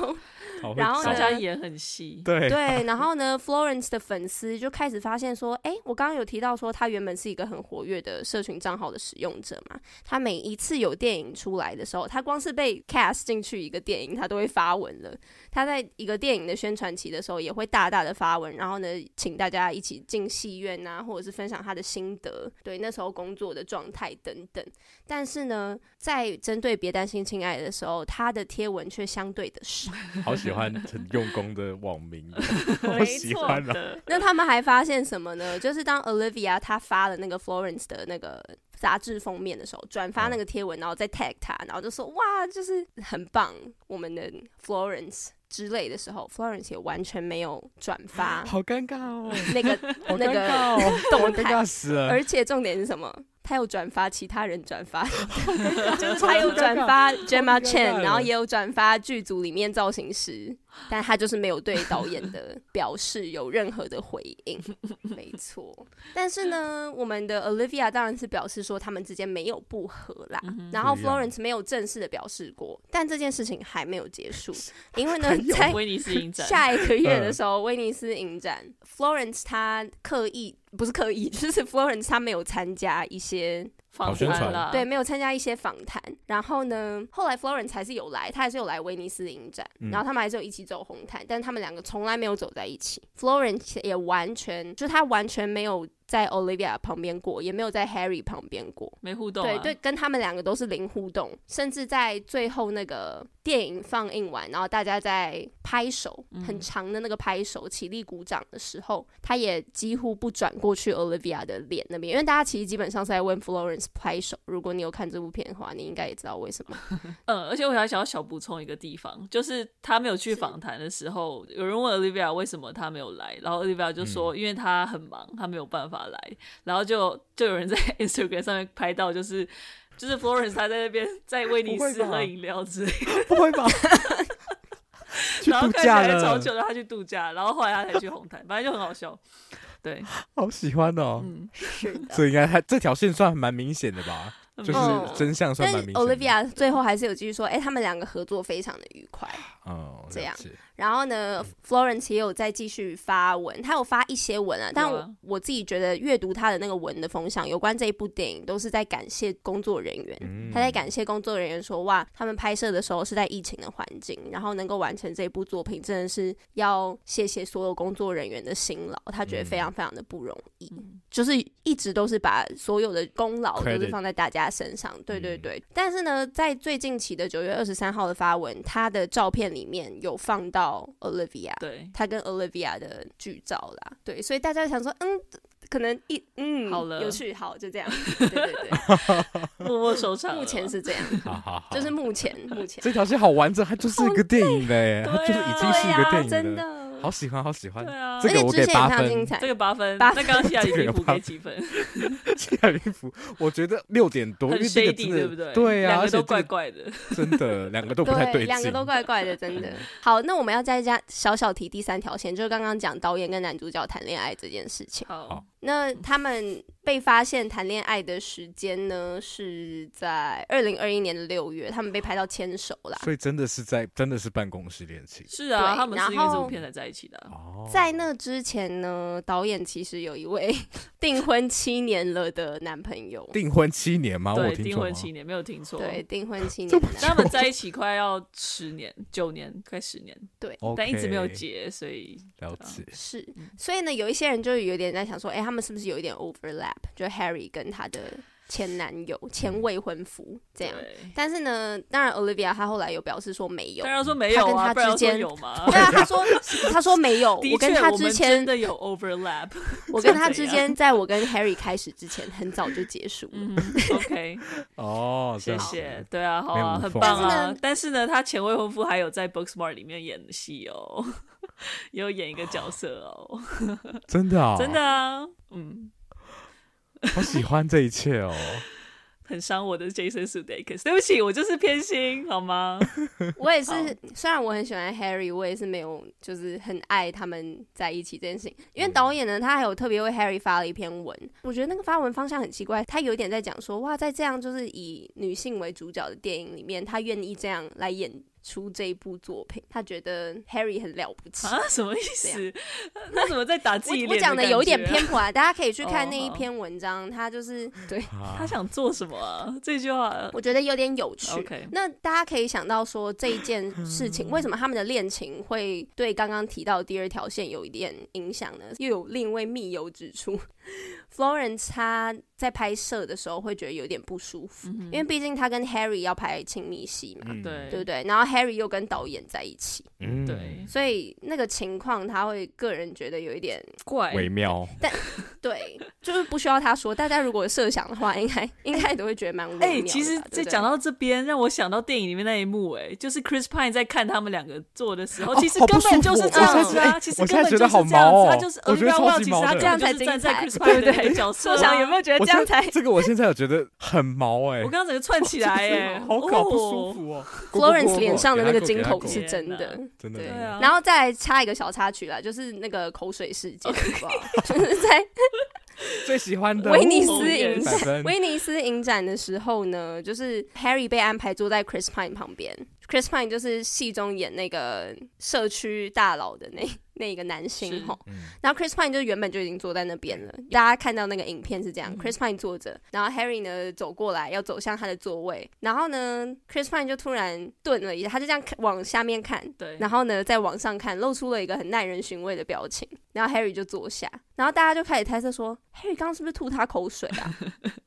好
然后
大
呢
家演很细，
对
对，然后呢，Florence 的粉丝就开始发现说，哎，我刚刚有提到说，他原本是一个很活跃的社群账号的使用者嘛，他每一次有电影出来的时候，他光是被 cast 进去一个电影，他都会发文了。他在一个电影的宣传期的时候，也会大大的发文，然后呢，请大家一起进戏院啊，或者是分享他的心得，对那时候工作的状态等等。但是呢，在针对《别担心，亲爱的》的时候，他的贴文却相对的少。
好喜欢很用功的网民，好
没
喜
错
欢哦。
的，
那他们还发现什么呢？就是当 Olivia 她发了那个 Florence 的那个杂志封面的时候，转发那个贴文，然后
嗯
再 tag 她，然后就说哇，就是很棒，我们的 Florence 之类的时候，Florence 也完全没有转发
好尴尬哦，
那个
好
那
尴
个
尬哦，
动
尴
态，
尬死了。
而且重点是什么？他有转发其他人转发，
就是
他有转发 Gemma
超级尴尬
Chan，
的
然后也有转发剧组里面造型师，但他就是没有对导演的表示有任何的回 应。没错，但是呢，我们的 Olivia 当然是表示说他们之间没有不和啦。
嗯
然后
不一样
Florence 没有正式的表示过，但这件事情还没有结束，因 为呢，在
有威尼斯影展，
下一个月的时候，威尼斯影展，Florence 她刻意不是刻意， 就是 Florence 她没有参加一些呃
访
好宣
谈
传
啦，
对，没有参加一些访谈。然后呢，后来 Florence 还是有来，她还是有来威尼斯影展，
嗯
然后他们还是有一起走红毯，但是他们两个从来没有走在一起。Florence 也完全，就她完全没有在 Olivia 旁边过，也没有在 Harry 旁边过。
没互动、啊，
对对，，跟他们两个都是零互动，甚至在最后那个电影放映完，然后大家在拍手，很
嗯
长的那个拍手、起立鼓掌的时候，他也几乎不转过去 Olivia 的脸那边，因为大家其实基本上是在问 Florence 拍手。如果你有看这部片的话，你应该也知道为什么。
嗯，而且我还想要小补充一个地方，就是他没有去访谈的时候，有人问 Olivia 为什么他没有来，然后 Olivia 就
嗯
说因为他很忙，他没有办法来，然后就就有人在 Instagram 上面拍到，就是就是 Florence 他在那边在威尼斯喝饮料之类，
不会吧？去
然后
度
看起
假
来超
了，
久的他去度假，然后后来他才去红毯，反正就很好笑。对，
好喜欢哦。
嗯，
是的
这应该还这条线算蛮明显的吧？就是
嗯
真相 算
但
蛮
是
明显的。
Olivia 最后还是有继续说，哎、他们两个合作非常的愉快。
哦，
这样
了解
然后呢，Florence 也有在继续发文，他有发一些文啊，但
有
我,、
啊
自己觉得阅读他的那个文的风向，有关这一部电影都是在感谢工作人员，
嗯
他在感谢工作人员说，哇，他们拍摄的时候是在疫情的环境，然后能够完成这部作品，真的是要谢谢所有工作人员的辛劳，他觉得非
嗯
常非常的不容易，就是一直都是把所有的功劳都是
Credit
放在大家身上，对对
嗯
对。但是呢，在最近期的九月二十三号的发文，他的照片里面有放到 Olivia，
对，
他跟 Olivia 的剧照啦，对，所以大家想说，嗯，可能一嗯
好了
有趣，好，就这样，对对对，
默默收场了。
目前是这样。
好好好，
就是目前目前
这条线好完整，它就是一个电影的耶，它
对
就是已经是一个
啊
电
真
影了。
的，
好喜欢，好喜欢
对。啊
而
这，
且
个我
之
给
前也
八
非常精
分，
彩
这，个八分，
八
那刚刚西雅
这个
礼
有
服
八
给几分？
这条衣服我觉得六点多，因
很
为这个
shady，
真
对不对？
的对啊，
两
而
个
且
都
这
怪
个
怪的。
真的两个都不太
对，两
劲
个。都怪怪的，真的。好，那我们要再加小小提第三条线，就是刚刚讲导演跟男主角谈恋爱这件事情。
好
好，
那他们被发现谈恋爱的时间呢是在二零二一年的六月，他们被拍到牵手啦。
所以真的是在真的是办公室恋情
是啊，
对
他们是因
然
为
后
这部片才在一起的啊、
哦
在那之前呢，导演其实有一位 订婚七年了的男朋友，
订婚七年吗？我有
对，
听
订
错
婚
吗
七年没有听错。
对，，订婚七
这
年
么
的
久
男
他们在一起快要十年、九年，快十年，
对。
OK，
但一直没有结，嗯所以
了解。
是，所以呢，有一些人就有点在想说，哎、他们是不是有一点 overlap？就 Harry 跟他的前男友、前未婚夫这样。
嗯对。
但是呢，当然 Olivia 她后来有表示说没有
当，然说没有啊，
他跟他
不然要
之
说
间
有 吗？
对啊，她说她说没有，
的
我跟
确
他
我
之
们
前
真的有 overlap。
我跟他
这
之
样
间，在我跟 Harry 开始之前，很早就结束了。
嗯，OK，
哦，这
谢
样
谢
子。。
对啊，好
没有
啊，
无
很
缝
棒
但是
啊
呢。
但是呢，他前未婚夫还有在 Booksmart 里面演戏哦， 也有演一个角色哦，
真的啊，
真的啊，嗯，
好喜欢这一切 哦。
很伤我的 Jason Sudeikis。对不起，我就是偏心，好吗？
我也是
好，
虽然我很喜欢 Harry，我也是没有就是很爱他们在一起这件事情。因
嗯
为导演呢，他还有特别为 Harry 发了一篇文，我觉得那个发文方向很奇怪，他有一点在讲说，哇，在这样就是以女性为主角的电影里面，他愿意这样来演出这一部作品，他觉得 Harry 很了不起。
啊， 什么意思？他怎么在打自己
我
脸？
我讲
的
的有一点
感觉啊
偏颇啊，大家可以去看
哦
那一
好
篇文章，他就是对
啊他想做什 么啊？这句话
我觉得有点有趣。
OK
那大家可以想到说这一件事情，为什么他们的恋情会对刚刚提到的第二条线有一点影响呢？又有另一位密友指出 ，Florence 她在拍摄的时候会觉得有点不舒服，因为毕竟她跟 Harry 要拍亲密戏嘛，
嗯
对
对不对？然后 Harry 又跟导演在一起，
嗯
对
所以那个情况他会个人觉得有一点
怪
微妙。
对，就是不需要他说，大家如果设想的话，应该应该都会觉得蛮微妙的吧。
哎、其实
这
这讲到这边，让我想到电影里面那一幕、哎，就是 Chris Pine 在看他们两个做的时候，其实
哦好不
根本
舒
就是
服
这
我
样
现在
子啊，其实
我
根
现在觉得
本就是这
好
样子
毛
啊，
哦
就是 Olivia
我觉得
Wilde
超级
其实
毛
他
的
根
这样
本
才
就是站
精
在
彩
Chris Pine
对不
的那
对
个角色
硕翔
啊
有没有觉得
我
这样
现
才
在这个我现在有觉得很毛哎
我，刚刚整个串 起来、哎，
好搞不舒
哦。
服哦。
Florence 脸上的那个金
金
口
给他
是真
天
的
哪，
真的
对
对啊，
然后再插一个小插曲啦，就是那个口水事件，好不 好就是在
最喜欢的
威尼
哦
斯影
百分
展，威尼斯影展的时候呢，就是 Harry 被安排坐在 Chris Pine 旁边，Chris Pine 就是戏中演那个社区大佬的那那一个男星
是
吼
嗯，
然后 Chris Pine 就原本就已经坐在那边
嗯
了，大家看到那个影片是这样，Chris Pine 坐着，然后 Harry 呢走过来要走向他的座位，然后呢 Chris Pine 就突然顿了一下，他就这样看往下面看，
对，
然后呢，再往上看，露出了一个很耐人寻味的表情。然后 Harry 就坐下，然后大家就开始猜测说，Harry 刚刚是不是吐他口水啊？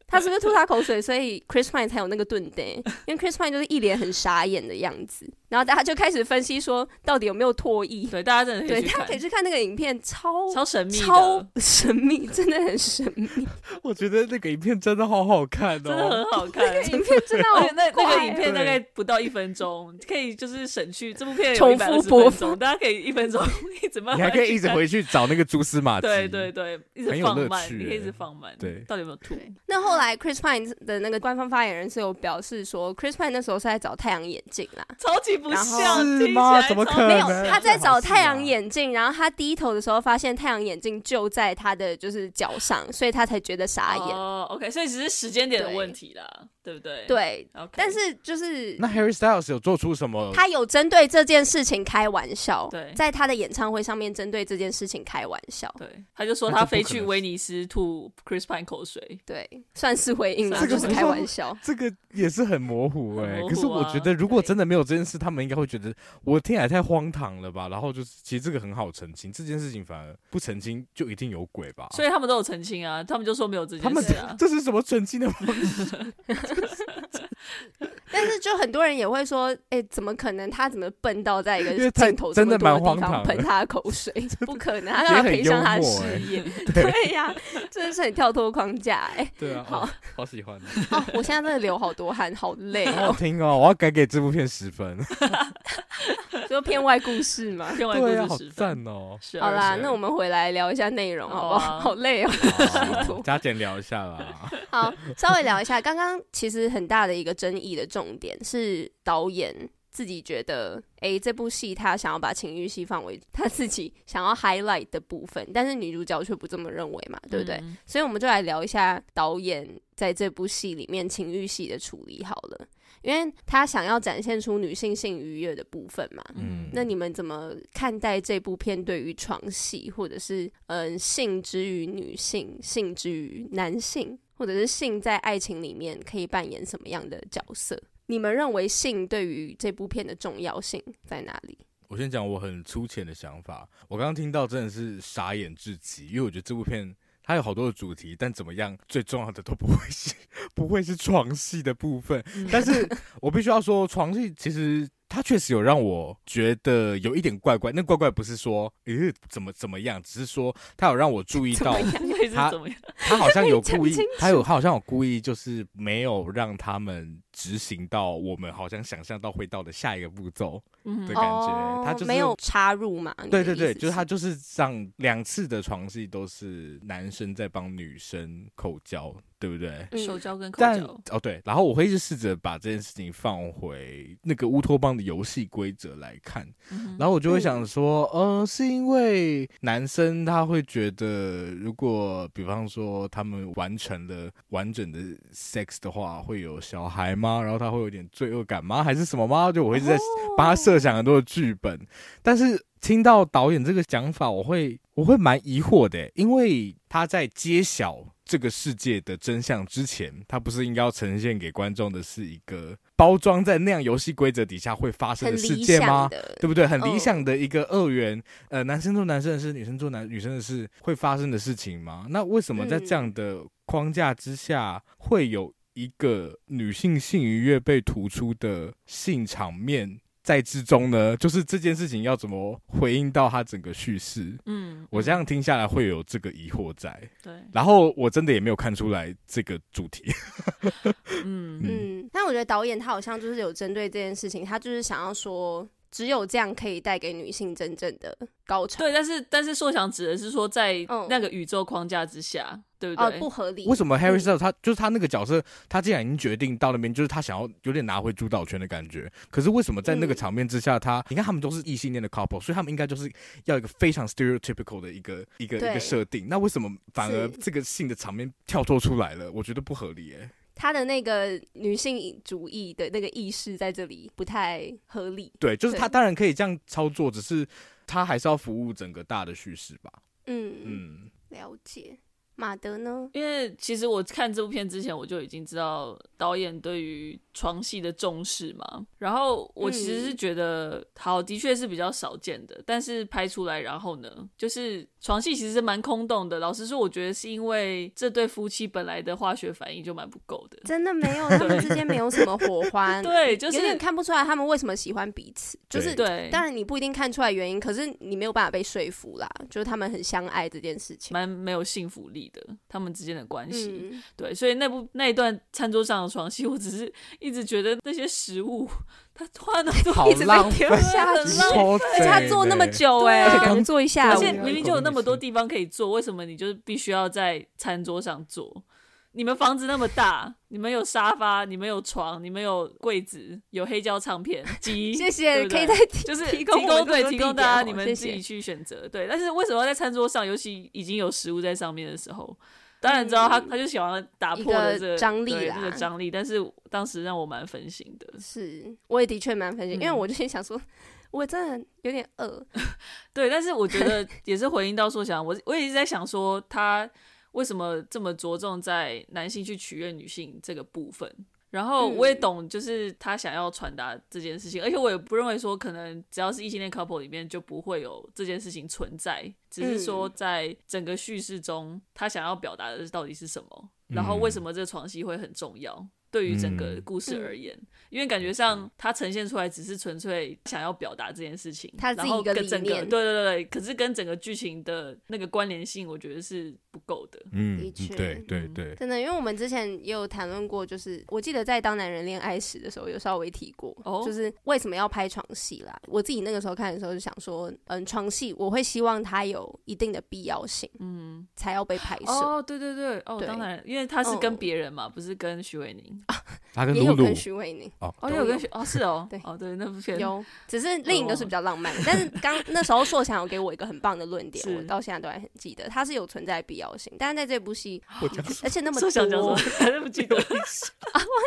他是不是吐他口水？所以 Chris Pine 才有那个顿呆，因为 Chris Pine 就是一脸很傻眼的样子。然后大家就开始分析说，到底有没有唾液？
对，大家真的可
对，
以去
大家
看
可以，去看那个影片，超
超神秘的，
超神秘，真的很神秘，
我觉得那个影片真的好好看
真的
哦。
很好 看。
影片真的
而
好
且 那那个
怪哦
影片大
对
概不到一分钟，可以就是省去这部片有
重
一百二
复
十
播
分钟，大家可以一分钟 一直慢慢，
你还可以一直，回去找那个蛛丝马迹。
对对对，一
很
直
有乐
放慢，
趣
你可以一
欸
直放慢，
对
到底有没有吐？
那后来 Chris Pine 的那个官方发言人是有表示说，Chris Pine 那时候是在找太阳眼镜啦。
超级不像，
然后
听起
是吗
来
怎么
超
可
没
能
有，他在
最好
找
是
太
啊
阳眼镜，然后他低头的时候发现太阳眼镜就在他的就是脚上，所以他才觉得傻眼。
哦，OK，所以只是时间点的问题啦，对不对？
对，
，OK。
但是就是
那 Harry Styles 有做出什么？
他有针对这件事情开玩笑，
对
在他的演唱会上面针对这件事情开玩笑，
对，他就说
那
他
就不
飞
可
去
能
威尼斯吐 Chris Pine 口水，
对，算是回应啦，
这个
就是
不
开
算
玩笑。
这个也是很模糊
很
哎、
模糊
可是我
啊
觉得，如果
对
真的没有这件事，他们应该会觉得我听起来太荒唐了吧？然后就是，其实这个很好澄清，这件事情反而不澄清就一定有鬼吧？
所以他们都有澄清啊，他们就说没有这
哦他
件
们
事啊。
这是什么澄清的方 式？
但是就很多人也会说，哎、怎么可能？他怎么笨到在一个
因为太
镜头这么
真的
多
蛮
的地
荒
方
唐的
喷他的口 水？不可能，他干嘛
也很
赔上他的
幽默
事
欸
业？ 对呀、真的是很跳脱框架哎、
对啊，
好
好好喜欢。
哦，我现在真的流好多汗，好累
好 好
哦。
听哦，我要改给这部片十 分。
就片外故事嘛。
片外故
对啊，好
事十分，！
赞哦
是
好啦，那我
们
们回来聊一下内容好不
好
好？
啊
好累哦。
好加减聊一下啦。
好，稍微聊一下，刚刚其实很大的一个争议的重点是导演自己觉得，诶，这部戏他想要把情欲戏放为他自己想要 highlight 的部分，但是女主角却不这么认为嘛，对不对？
嗯
所以我们就来聊一下导演在这部戏里面情欲戏的处理好了，因为他想要展现出女性性愉悦的部分嘛。
嗯
那你们怎么看待这部片对于床戏，或者是嗯性之于女性、性之于男性，或者是性在爱情里面可以扮演什么样的角色？你们认为性对于这部片的重要性在哪 里？
我先讲我很粗浅的想法，我刚刚听到真的是傻眼至极，因为我觉得这部片它有好多的主题，但怎么样最重要的都不会是不会是床戏的部分，
嗯
但是我必须要说，床戏其实。它确实有让我觉得有一点怪怪，那怪怪不是说，咦、怎么怎么样，只是说它有让我注意
怎
到
么，样？
到底是
他
怎么样？
他好像有故
讲
意
清楚，
他有他好像有故意，就是没有让他们执行到我们好像想象到会到的下一个步骤
嗯
的感觉。
哦，
他就是
没有插入嘛？你
对
的
对对，
意思
就是他就是上两次的床戏都是男生在帮女生口交，对不对？
嗯
手交跟口
但
交，
哦对，然后我会去试着把这件事情放回那个乌托邦的游戏规则来看，
嗯
然后我就会想说，呃，是因为男生他会觉得，如果比方说他们完成了完整的 sex 的话，会有小孩吗？然后他会有点罪恶感吗？还是什么吗？就我会一
哦
直在帮他设想很多的剧本，但是听到导演这个讲法，我会我会蛮疑惑的，欸因为他在揭晓这个世界的真相之前，他不是应该要呈现给观众的是一个包装在那样游戏规则底下会发生
很
的世
理
界
想
吗？
的，
对不对？很
嗯
理想的一个二元，呃，男生做男生的事，女生做男女生的事，会发生的事情吗？那为什么在这样的框架之下，会有一个女性性愉悦被突出的性场面在之中呢？就是这件事情要怎么回应到它整个叙事？
嗯，
我这样听下来会有这个疑惑在，
对，
然后我真的也没有看出来这个主题。
嗯
嗯，但我觉得导演他好像就是有针对这件事情，他就是想要说，只有这样可以带给女性真正的高潮。
对，但是但是硕想指的是说在
嗯
那个宇宙框架之下，对不
哦，
对？
不合理。
为什么 Harry
嗯
Styles 他就是他那个角色，他既然已经决定到那边，就是他想要有点拿回主导权的感觉。可是为什么在那个
嗯
场面之下，他你看他们都是异性恋的 couple，所以他们应该就是要一个非常 stereotypical 的一个一个一
对
个设定。那为什么反而
是
这个性的场面跳脱出来了？我觉得不合理耶、
他的那个女性主义的那个意识在这里不太合理。
对，就是他
对
当然可以这样操作，只是他还是要服务整个大的叙事吧。
嗯嗯，
嗯，
了解。马德呢？
因为其实我看这部片之前，我就已经知道导演对于床戏的重视嘛。然后我其实
嗯
是觉得，好，的确是比较少见的，但是拍出来，然后呢，就是床戏其实是蛮空洞的。老实说，我觉得是因为这对夫妻本来的化学反应就蛮不够的。
真的没有，他们之间没有什么火花。
对，就是
有点看不出来他们为什么喜欢彼此。就是，
对，
当然你不一定看出来原因，可是你没有办法被说服啦。就是他们很相爱这件事情。
蛮没有幸福力的，他们之间的关系。
嗯，
对，所以那部那一段餐桌上的床戏， 我只是一直觉得那些食物，他花那么
好
多一直
浪
被
费
填
下
满，很
去
浪费。
而且他坐那么久哎、
对啊
感觉坐一下
而
午。
且
对啊
明明就有那么多地方可以坐，为什么你就是必须要在餐桌上坐？你们房子那么大，你们有沙发，你们有床，你们有柜子，有黑胶唱片机，
谢谢，
对不对
可以再提
就是
提供
供
我们更
对
多
提
地
供大家
点
你
哦谢
们自己
谢
去选择对，但是为什么要在餐桌上，尤其已经有食物在上面的时候，当然知道他、
嗯
他就喜欢打
一
破了
个
这个
张力
对
啦
这个张力，但是当时让我蛮分心的。
是，我也的确蛮分心，因为
嗯
我就心想说，我真的有点饿。
对，但是我觉 得也是回应到说想，我我也一直在想说他为什么这么着重在男性去取悦女性这个部分。然后我也
嗯
懂，就是他想要传达这件事情，而且我也不认为说可能只要是异性恋 couple 里面就不会有这件事情存在，只是
嗯
说在整个叙事中，他想要表达的到底是什么，然后为什么这床戏会很重要，对于整个
嗯
故事而言，因为感觉
嗯
上他呈现出来只是纯粹想要表达这件事情，
他自己
然后
一个
跟
理
整个
念
对对对，可是跟整个剧情的那个关联性，我觉得是不够的。
嗯
的确嗯
对对对，
真的，因为我们之前也有谈论过，就是我记得在《当男人恋爱时》的时候有稍微提过，
哦
就是为什么要拍床戏啦。我自己那个时候看的时候就想说，嗯，床戏我会希望它有一定的必要性，
嗯，
才要被拍摄。
哦，对对对，哦，
对
当然，因为他是
嗯
跟别人嘛，不是跟徐伟宁。
他跟
也
露
有
露
跟徐慧宁，
哦，
哦，
都
有
有
跟学哦是哦，
对
哦对，那部片
有，只是另一
哦
个是比较浪漫的。但是刚那时候硕强有给我一个很棒的论点，
是
我到现在都还很记得，它是有存在必要性。但是在这部 戏，
我讲
而且那么
说想讲什
多
么，，还是不记 得。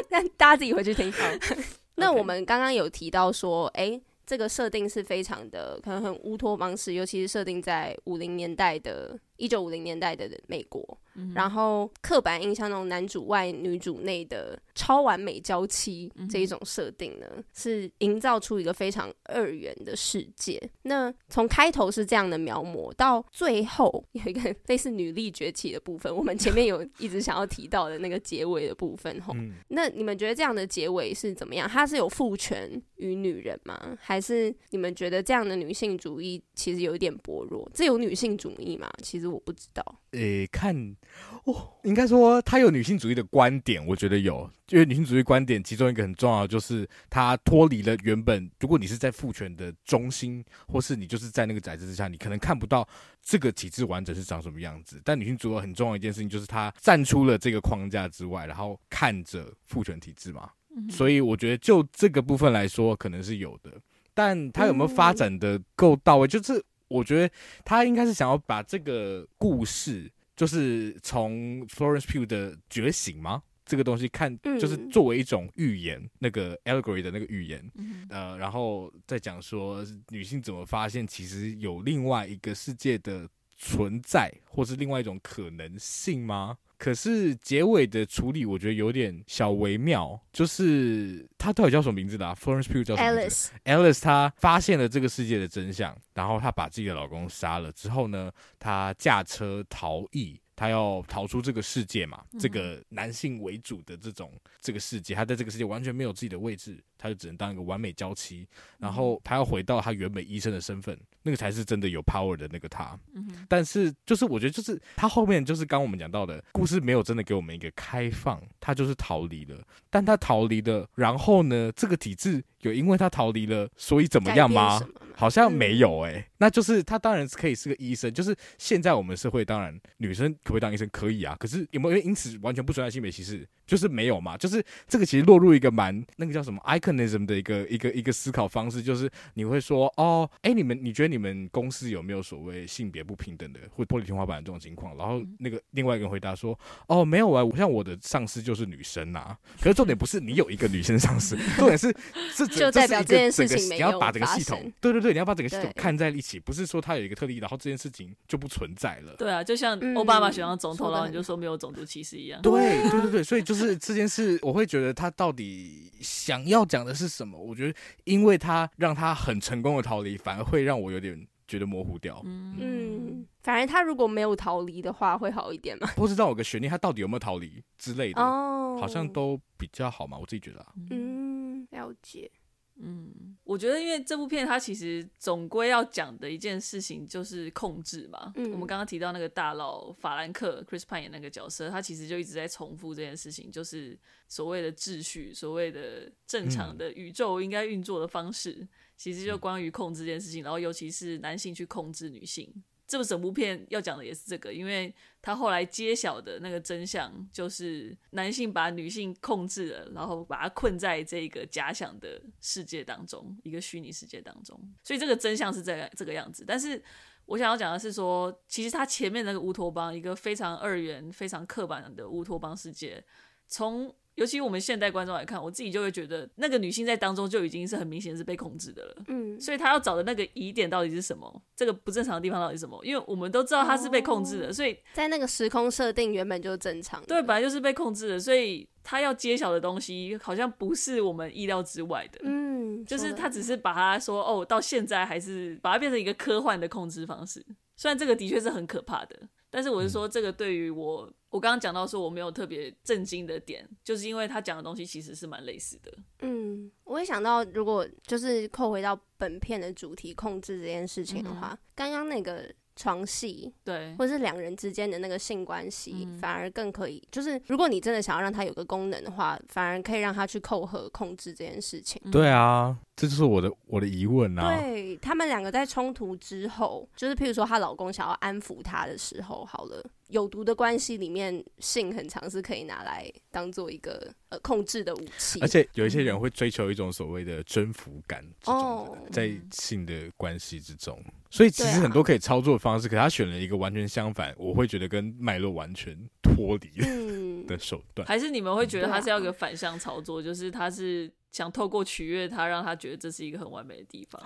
但大家自己回去听。好 那我们刚刚有提到说，哎、这个设定是非常的可能很乌托邦式，尤其是设定在五零年代的，一九五零年代的美国。然后刻板印象中男主外女主内的超完美娇妻这一种设定呢，是营造出一个非常二元的世界。那从开头是这样的描摹，到最后有一个 类似女力崛起的部分，我们前面有一直想要提到的那个结尾的部分吼。
嗯，
那你们觉得这样的结尾是怎么样？它是有父权与女人吗？还是你们觉得这样的女性主义其实有一点薄弱？这有女性主义吗？其实我不知道。
诶、呃看，哦，应该说他有女性主义的观点，我觉得有，因为女性主义观点其中一个很重要的就是它脱离了原本，如果你是在父权的中心，或是你就是在那个宰制之下，你可能看不到这个体制完整是长什么样子。但女性主义很重要的一件事情就是她站出了这个框架之外，然后看着父权体制嘛，所以我觉得就这个部分来说，可能是有的。
嗯
但他有没有发展的够到位？就是我觉得他应该是想要把这个故事，就是从 Florence Pugh 的觉醒吗？这个东西看，
嗯
就是作为一种预言，那个 allegory 的那个预言，呃，然后再讲说女性怎么发现其实有另外一个世界的存在，或是另外一种可能性吗？可是结尾的处理，我觉得有点小微妙，就是她到底叫什么名字的、啊、？Florence Pugh 叫什么名
Alice，
字 Alice 她发现了这个世界的真相，然后她把自己的老公杀了之后呢，她驾车逃逸，她要逃出这个世界嘛，这个男性为主的这种这个世界，她在这个世界完全没有自己的位置，她就只能当一个完美娇妻，然后她要回到她原本医生的身份，那个才是真的有 power 的那个她。
嗯
但是就是我觉得就是她后面就是刚我们讲到的故事没有真的给我们一个开放，她就是逃离了。但他逃离了，然后呢，这个体制有因为他逃离了，所以怎么样
改变？
吗
什么吗
好像没有诶、那就是他当然是可以是个医生，就是现在我们社会当然女生可不可以当医生可以啊，可是有没有因此完全不存在性别歧视？就是没有嘛，就是这个其实落入一个蛮那个叫什么 iconism 的一个一个一个思考方式，就是你会说哦，哎，你们你觉得你们公司有没有所谓性别不平等的或玻璃天花板的这种情况？然后
嗯
那个另外一个人回答说，哦，没有啊，我像我的上司就是女生呐、可是重点不是你有一个女生上司，重点是这这
就代表
这是
这件
一
事
个整个
情没
你要
有
把整个
发
系统
生，
对对对，你要把整个系统
对
看在一起，不是说它有一个特例，然后这件事情就不存在了。
对啊，就像
嗯
奥巴马选上总
说
统，
得
然后
很
你就说没有种族歧视一样。
对对对对，所以就是这件事，我会觉得他到底想要讲的是什么？我觉得，因为他让他很成功的逃离，反而会让我有点觉得模糊掉。
嗯，反正他如果没有逃离的话，会好一点嘛。
不知道有个悬念，他到底有没有逃离之类的，
哦，
好像都比较好嘛，我自己觉得、啊。
嗯了解。
嗯，我觉得因为这部片它其实总归要讲的一件事情就是控制嘛。
嗯
我们刚刚提到那个大佬法兰克 Chris Pine 演那个角色，他其实就一直在重复这件事情，就是所谓的秩序，所谓的正常的宇宙应该运作的方式，其实就关于控制这件事情，然后尤其是男性去控制女性。这部整部片要讲的也是这个，因为他后来揭晓的那个真相就是男性把女性控制了，然后把她困在这个假想的世界当中，一个虚拟世界当中。所以这个真相是这个这个样子。但是我想要讲的是说，其实他前面那个乌托邦，一个非常二元、非常刻板的乌托邦世界，从尤其我们现代观众来看，我自己就会觉得那个女性在当中就已经是很明显是被控制的了。
嗯，
所以他要找的那个疑点到底是什么？这个不正常的地方到底是什么？因为我们都知道他是被控制的，所以
在那个时空设定原本就是正常的。
对，本来就是被控制的，所以他要揭晓的东西好像不是我们意料之外的。
嗯，
就是
说得
他只是把它说哦，到现在还是把它变成一个科幻的控制方式。虽然这个的确是很可怕的，但是我是
嗯
说，这个对于我，我刚刚讲到说我没有特别震惊的点，就是因为他讲的东西其实是蛮类似的。
嗯，我也想到，如果就是扣回到本片的主题控制这件事情的话，刚刚那个床戏
对，
或是两人之间的那个性关系，反而更可以，就是如果你真的想要让它有个功能的话，反而可以让它去扣合控制这件事情。
对啊，这就是我的我的疑问啊。
对他们两个在冲突之后，就是譬如说她老公想要安抚她的时候，好了，有毒的关系里面，性很常是可以拿来当做一个呃控制的武器。
而且有一些人会追求一种所谓的征服感，这种
哦
的在性的关系之中，所以其
对
实
啊
很多可以操作的方式，可他选了一个完全相反，我会觉得跟脉络完全脱离
嗯，
的手 段。
还是你们会觉得
对
他是要
啊
有个反向操作，就是他是想透过取悦他，让他觉得这是一个很完美的地 方。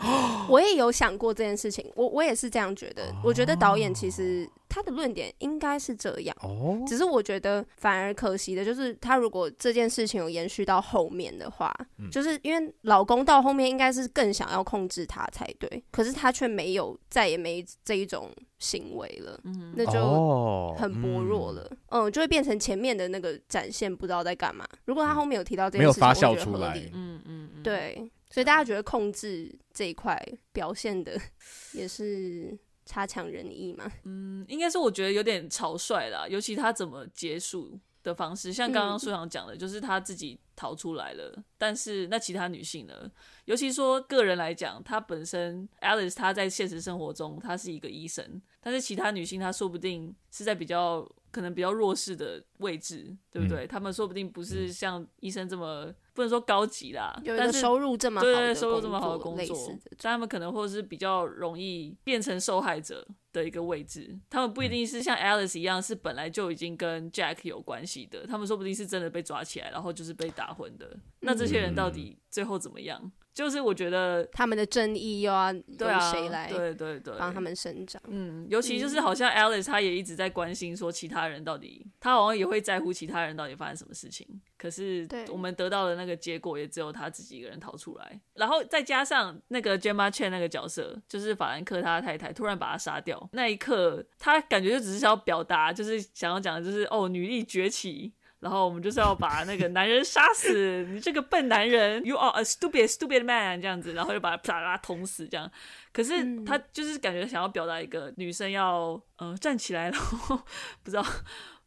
我也有想过这件事情，我我也是这样觉得。我觉得导演其实他的论点应该是这样。
哦，
只是我觉得反而可惜的就是，他如果这件事情有延续到后面的话，
嗯
就是因为老公到后面应该是更想要控制她才对，可是他却没有再也没这一种行为了，
嗯，
那就
哦
很薄弱了。嗯就会变成前面的那个展现不知道在干嘛。如果他后面有提到这
嗯没
件
有
事情，
发
我觉
酵
得
出
合
来
理。
嗯嗯嗯，
对，所以大家觉得控制这一块表现的 也是差强人意嘛？
嗯，应该是我觉得有点草率啦，尤其他怎么结束的方式，像刚刚
嗯
苏阳讲的，就是他自己逃出来了，但是那其他女性呢？尤其说个人来讲，她本身 Alice 她在现实生活中她是一个医生，但是其他女性她说不定是在比较可能比较弱势的位置，对不对？她们说不定不是像医生这么不能说高级啦，
有一
但
个
是
收入这么好
对
的
对，收入这么好的
工
工
类
作
似的，
但他们可能或是比较容易变成受害者的一个位置。他
嗯
们不一定是像 Alice 一样，是本来就已经跟 Jack 有关系的，他们说不定是真的被抓起来，然后就是被打昏的。那这些人
嗯
到底最后怎么样？就是我觉得，
他们的正义又要由
对啊，
谁来
对对对，
帮他们生长？
嗯，尤其就是好像 Alice 她也一直在关心说其他人到底，她好像也会在乎其他人到底发生什么事情。可是
对
我们得到的那个结果也只有她自己一个人逃出来，然后再加上那个 Gemma Chan 那个角色，就是法兰克他太太突然把他杀掉那一刻，他感觉就只是想要表达，就是想要讲的就是哦，女力崛起。然后我们就是要把那个男人杀死，你这个笨男人，You are a stupid stupid man 这样子，然后就把他啪啦捅死这样。可是
嗯
他就是感觉想要表达一个女生要呃站起来，然后不知道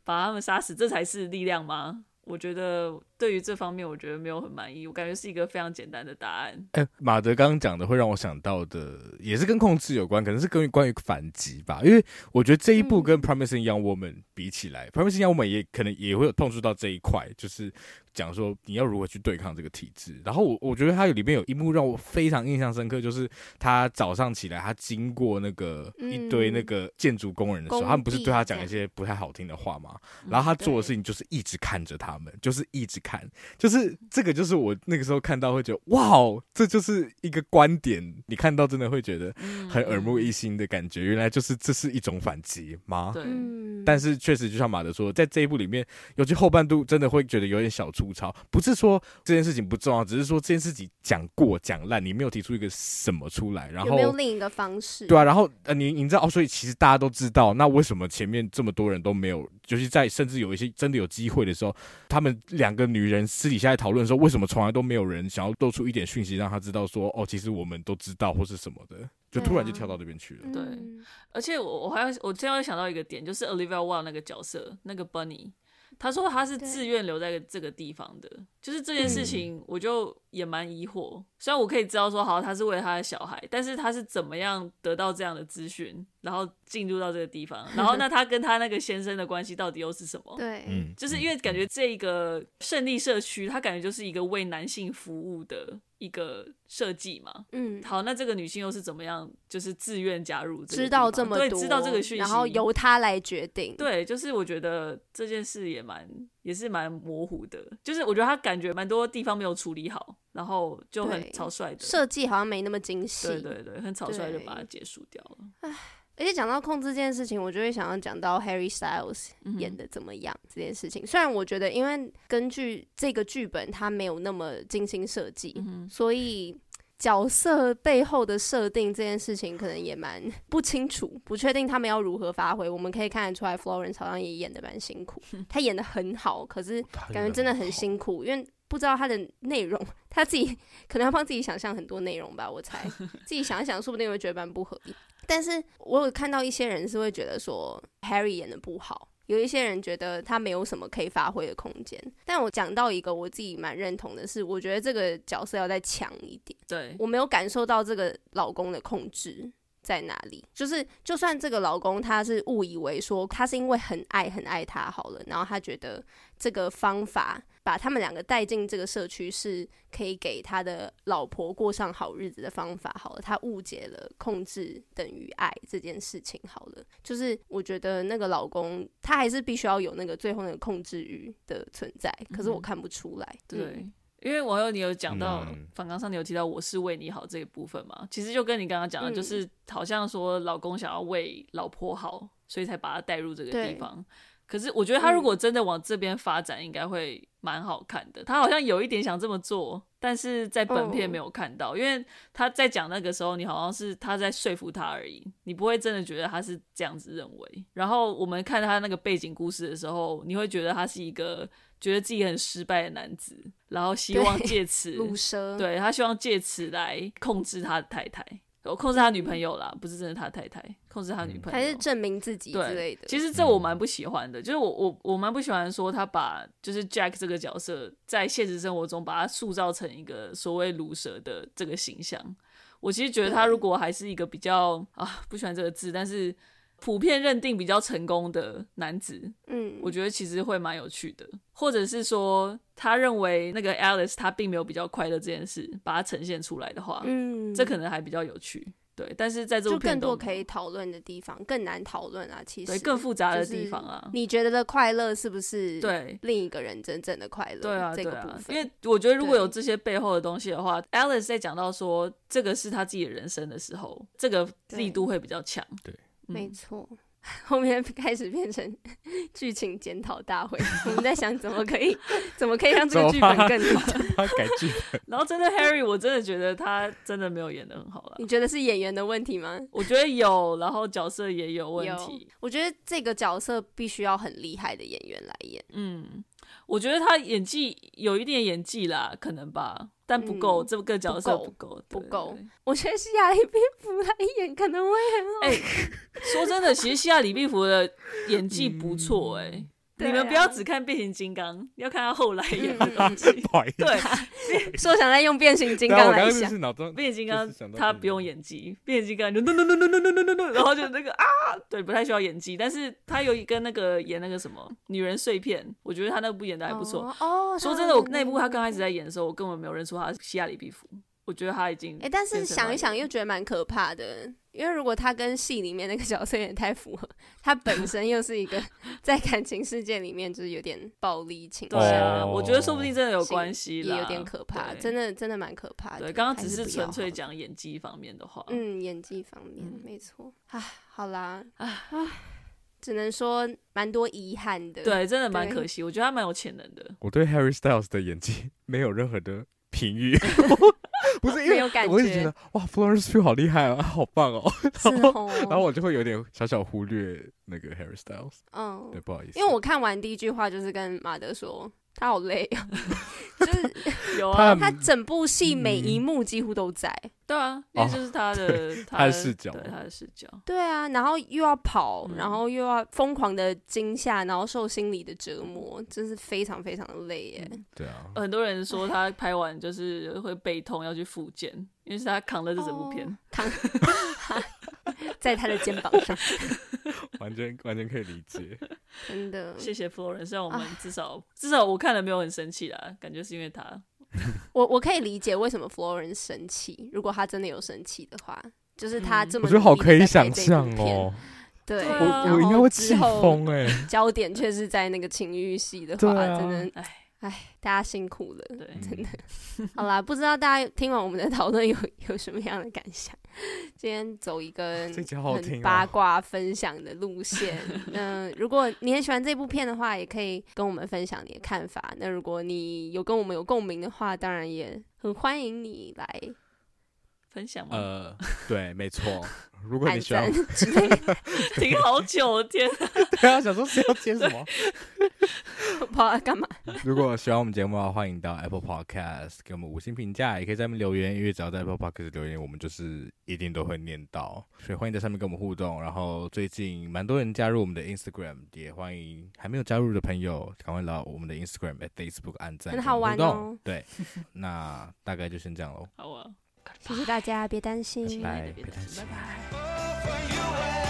把他们杀死，这才是力量吗？我觉得对于这方面，我觉得没有很满意。我感觉是一个非常简单的答案。
哎、马德刚刚讲的会让我想到的，也是跟控制有关，可能是跟关于反击吧。因为我觉得这一部
嗯
跟《Promising Young Woman》比起来，Promising Young Woman》也可能也会有碰触到这一块，就是讲说你要如何去对抗这个体制。然后我我觉得它有里面有一幕让我非常印象深刻，就是他早上起来，他经过那个
嗯
一堆那个建筑工人的时候，
工
他们不是对他讲
地
一
这
些不太好听的话吗？然后他做的事情就是一直看着他们，就是一直看，就是这个就是我那个时候看到会觉得哇哦，这就是一个观点，你看到真的会觉得
嗯
很耳目一新的感觉。原来就是这是一种反击吗？
对，
嗯，
但是确实，就像马德说，在这一部里面，尤其后半度，真的会觉得有点小粗糙。不是说这件事情不重要，只是说这件事情讲过讲烂，你没有提出一个什么出来，然
有没有
后。
另一个方式？
对啊，然后呃，你你知道哦，所以其实大家都知道，那为什么前面这么多人都没有，就是在甚至有一些真的有机会的时候，他们两个女人私底下在讨论说，为什么从来都没有人想要露出一点讯息让他知道说，哦，其实我们都知道或是什么的，就
对
突然
啊
就跳到这边去了。
嗯，
而且我我还要我最后想到一个点，就是 Olivia Wilde 那个角色，那个 Bunny，他说他是
对
自愿留在这个地方的，就是这件事情，我就也蛮疑惑。虽然我可以知道说，好，他是为了他的小孩，但是他是怎么样得到这样的资讯，然后进入到这个地方，然后那他跟他那个先生的关系到底又是什么？
对，
嗯，
就是因为感觉这个胜利社区，它感觉就是一个为男性服务的一个设计嘛，
嗯，
好，那这个女性又是怎么样，就是自愿加入这个地方？
知道这么
对，
多，
知道这个讯息，
然后由他来决定。，
对，就是我觉得这件事也蛮也是蛮模糊的，就是我觉得她感觉蛮多地方没有处理好，然后就
对
很草率的，
设计好像没那么精细。
对对对，很草率就把它
对
结束掉了。
而且讲到控制这件事情，我就会想要讲到 Harry Styles
嗯哼
演的怎么样这件事情。虽然我觉得，因为根据这个剧本，它没有那么精心设计，
嗯
所以角色背后的设定这件事情可能也蛮 不清楚，不确定他们要如何发挥。我们可以看得出来，Florence 好像也演的蛮辛 苦，他演的很好，可是感觉真的很辛苦，因为不知道他的内容，他自己 可能要帮自己想象很多内容吧，我 猜自己想一想，说不定会觉得蛮不合理。但是我有看到一些人是会觉得说 Harry 演的不好，有一些人觉得他没有什么可以发挥的空间。但我讲到一个我自己蛮认同的是，我觉得这个角色要再强一点，
对，
我没有感受到这个老公的控制。在哪里。就是就算这个老公他是误以为说他是因为很爱很爱她好了，然后他觉得这个方法把他们两个带进这个社区是可以给他的老婆过上好日子的方法好了，他误解了控制等于爱这件事情好了。就是我觉得那个老公他还是必须要有那个最后那个控制欲的存在，可是我
嗯
看不出来。
对，嗯因为网友你有讲到
嗯
反纲上，你有提到我是为你好这一部分嘛，其实就跟你刚刚讲的，
嗯
就是好像说老公想要为老婆好，所以才把他带入这个
对嗯
地方。可是我觉得他如果真的往这边发展，应该会蛮好看的。他好像有一点想这么做，但是在本片
哦
没有看到，因为他在讲那个时候，你好像是他在说服他而已，你不会真的觉得他是这样子认为。然后我们看他那个背景故事的时候，你会觉得他是一个觉得自己很失败的男子，然后希望
对
借此
乳嗯蛇，
对他希望借此来控制他的太太，呃控制他女朋友啦，不是真的他太太，控制他女朋友。
嗯还是证明自己之
对
类的。
其实这我蛮不喜欢的，就是我我我蛮不喜欢说他把就是 Jack 这个角色在现实生活中把他塑造成一个所谓毒蛇的这个形象。我其实觉得他如果还是一个比较啊不喜欢这个字，但是普遍认定比较成功的男子，
嗯，
我觉得其实会蛮有趣的，或者是说他认为那个 Alice 她并没有比较快乐这件事，把它呈现出来的话，
嗯，
啊这可能还比较有趣。对，但是在这部
就
片
更多
中，
可以讨论的地方，更难讨论啊。其实
对更复杂的
就是
地方啊，
你觉得的快乐是不是
对
另一个人真正的快乐？
对啊，
这
对
个
啊
部，分，
因为我觉得如果
对
有这些背后的东西的话，Alice 在讲到说这个是他自己的人生的时候，这个力度会比较强。
对
嗯，
没错。后面开始变成 剧情检讨大会，我们在想怎么可以怎么可以让这个剧本更好？
他 改剧
然后真的 Harry，我真的觉得他真的没有演的很好了
你。觉得是演员的问题吗？
我觉得有，然后角色也有问
有
题。，
我觉得这个角色必须要很厉害的演员来演。
嗯，我觉得他演技有一点演技啦，可能吧，但不够，
嗯
这个角色
不
不够，对
不够。
对对
我觉得是亚历 蝙蝠来演可能会很好。
哎、说真的，其实西亚里毕福的演技不错、哎、
对啊
你们不要只看变形金刚，要看他后来 演的
嗯嗯
东西。
不好 意思，
对，
说想再用变形金
等一
啊
刚
下啊我刚
来
刚
想
就，是脑中
变形金
就是想到
刚他
这个
不用演技，变形金刚就咚咚咚咚咚咚咚咚咚，然后就那个啊，对，不太需要演技，但是他有一个那个演那个什么女人碎片，我觉得他那部演的还不错。
哦。哦嗯
说真的，我那部他刚开始在演的时候，我根本没有认出他是西亚里毕福，我觉得他已经
哎、但是
变成
想
那
一
个
想又觉得蛮可怕的，因为如果他跟戏里面那个角色有点太符合，他本身又是一 个在感情世界里面就是有点暴力倾
对
向，
啊，
哦
我觉得说不定真的有关系
也
啦，
有点可怕，
对
真的真的蛮可怕的。
对，刚刚
还
只
是
是
不要
纯粹
好了，
讲演技方面的话，
嗯，演技方面、
嗯
没错啊，好啦啊，只能说蛮多遗憾的。，
对，真的蛮
嗯对
可惜，我觉得他蛮有潜能 的，
我对 Harry Styles 的演技 没有任何的 评语， 不是因
没
为
有感
我一直觉
觉嗯
得哇，Florence Pugh 好厉害啊，好棒哦。
是
然后
哦，
我就会有点小小忽略那个 Harry Styles，
嗯
对，，不好意思，
因为我看完第一句话就是跟马德说，他好累 啊，就是
有啊
他，
他整部戏
嗯
每一幕几乎都在。
对啊，那就是他的
哦他的视角
对他的视角，
对啊，然后又要跑，
嗯
然后又要疯狂的惊吓，然后受心理的折磨，真是非常非常的累耶。
嗯
对啊，
很多人说他拍完就是会背痛要去复健，因为是他扛了这整部片
哦， 扛在他的肩膀上，
完全完全可以理解。
真 的。
谢谢 Florence，让我们
啊
至少至少我看了没有很生气啦，感觉是因为他，
我我可以理解为什么 Florence 生气，如果他真的有生气的话，就是他
嗯
这么
我觉得好
努力地
可以
在
想
拍这部
象
片。
哦，
对，
我
然后
我应该会
之
气
后
疯哎。
焦点却是在那个情欲戏的
对
话，
啊
真的，
哎，
哎，大家辛苦 了。
对，
真的，
好啦，不知道大家听完我们的讨论有有什么样的感想？今天走一个
这集好好听
很
哦
八卦分享的路线。嗯、如果你很喜欢这部片的话，也可以跟我们分享你的看法。那如果你有跟我们有共鸣的话，当然也很欢迎你来
分享 嘛，
呃，对，没错。如果
按
你喜欢
赞， 之类的。
停好久，天啊，
对啊，想说谁要接 什么？
不知道要干嘛？
如果喜欢我们节目的话，欢迎到 Apple Podcast 给我们五星评价，也可以在上面留言，因为只要在 Apple Podcast 留言，我们就是一定都会念到，所以欢迎在上面跟我们互动。然后最近蛮多人加入我们的 Instagram，也欢迎还没有加入的朋友赶快来我们的 Instagram、at Facebook 按赞，
很好玩哦
跟我们互动对，那大概就先这样喽，
好啊，
谢谢大家，别担心。
亲爱的别担心
拜
拜拜。
拜。
for you and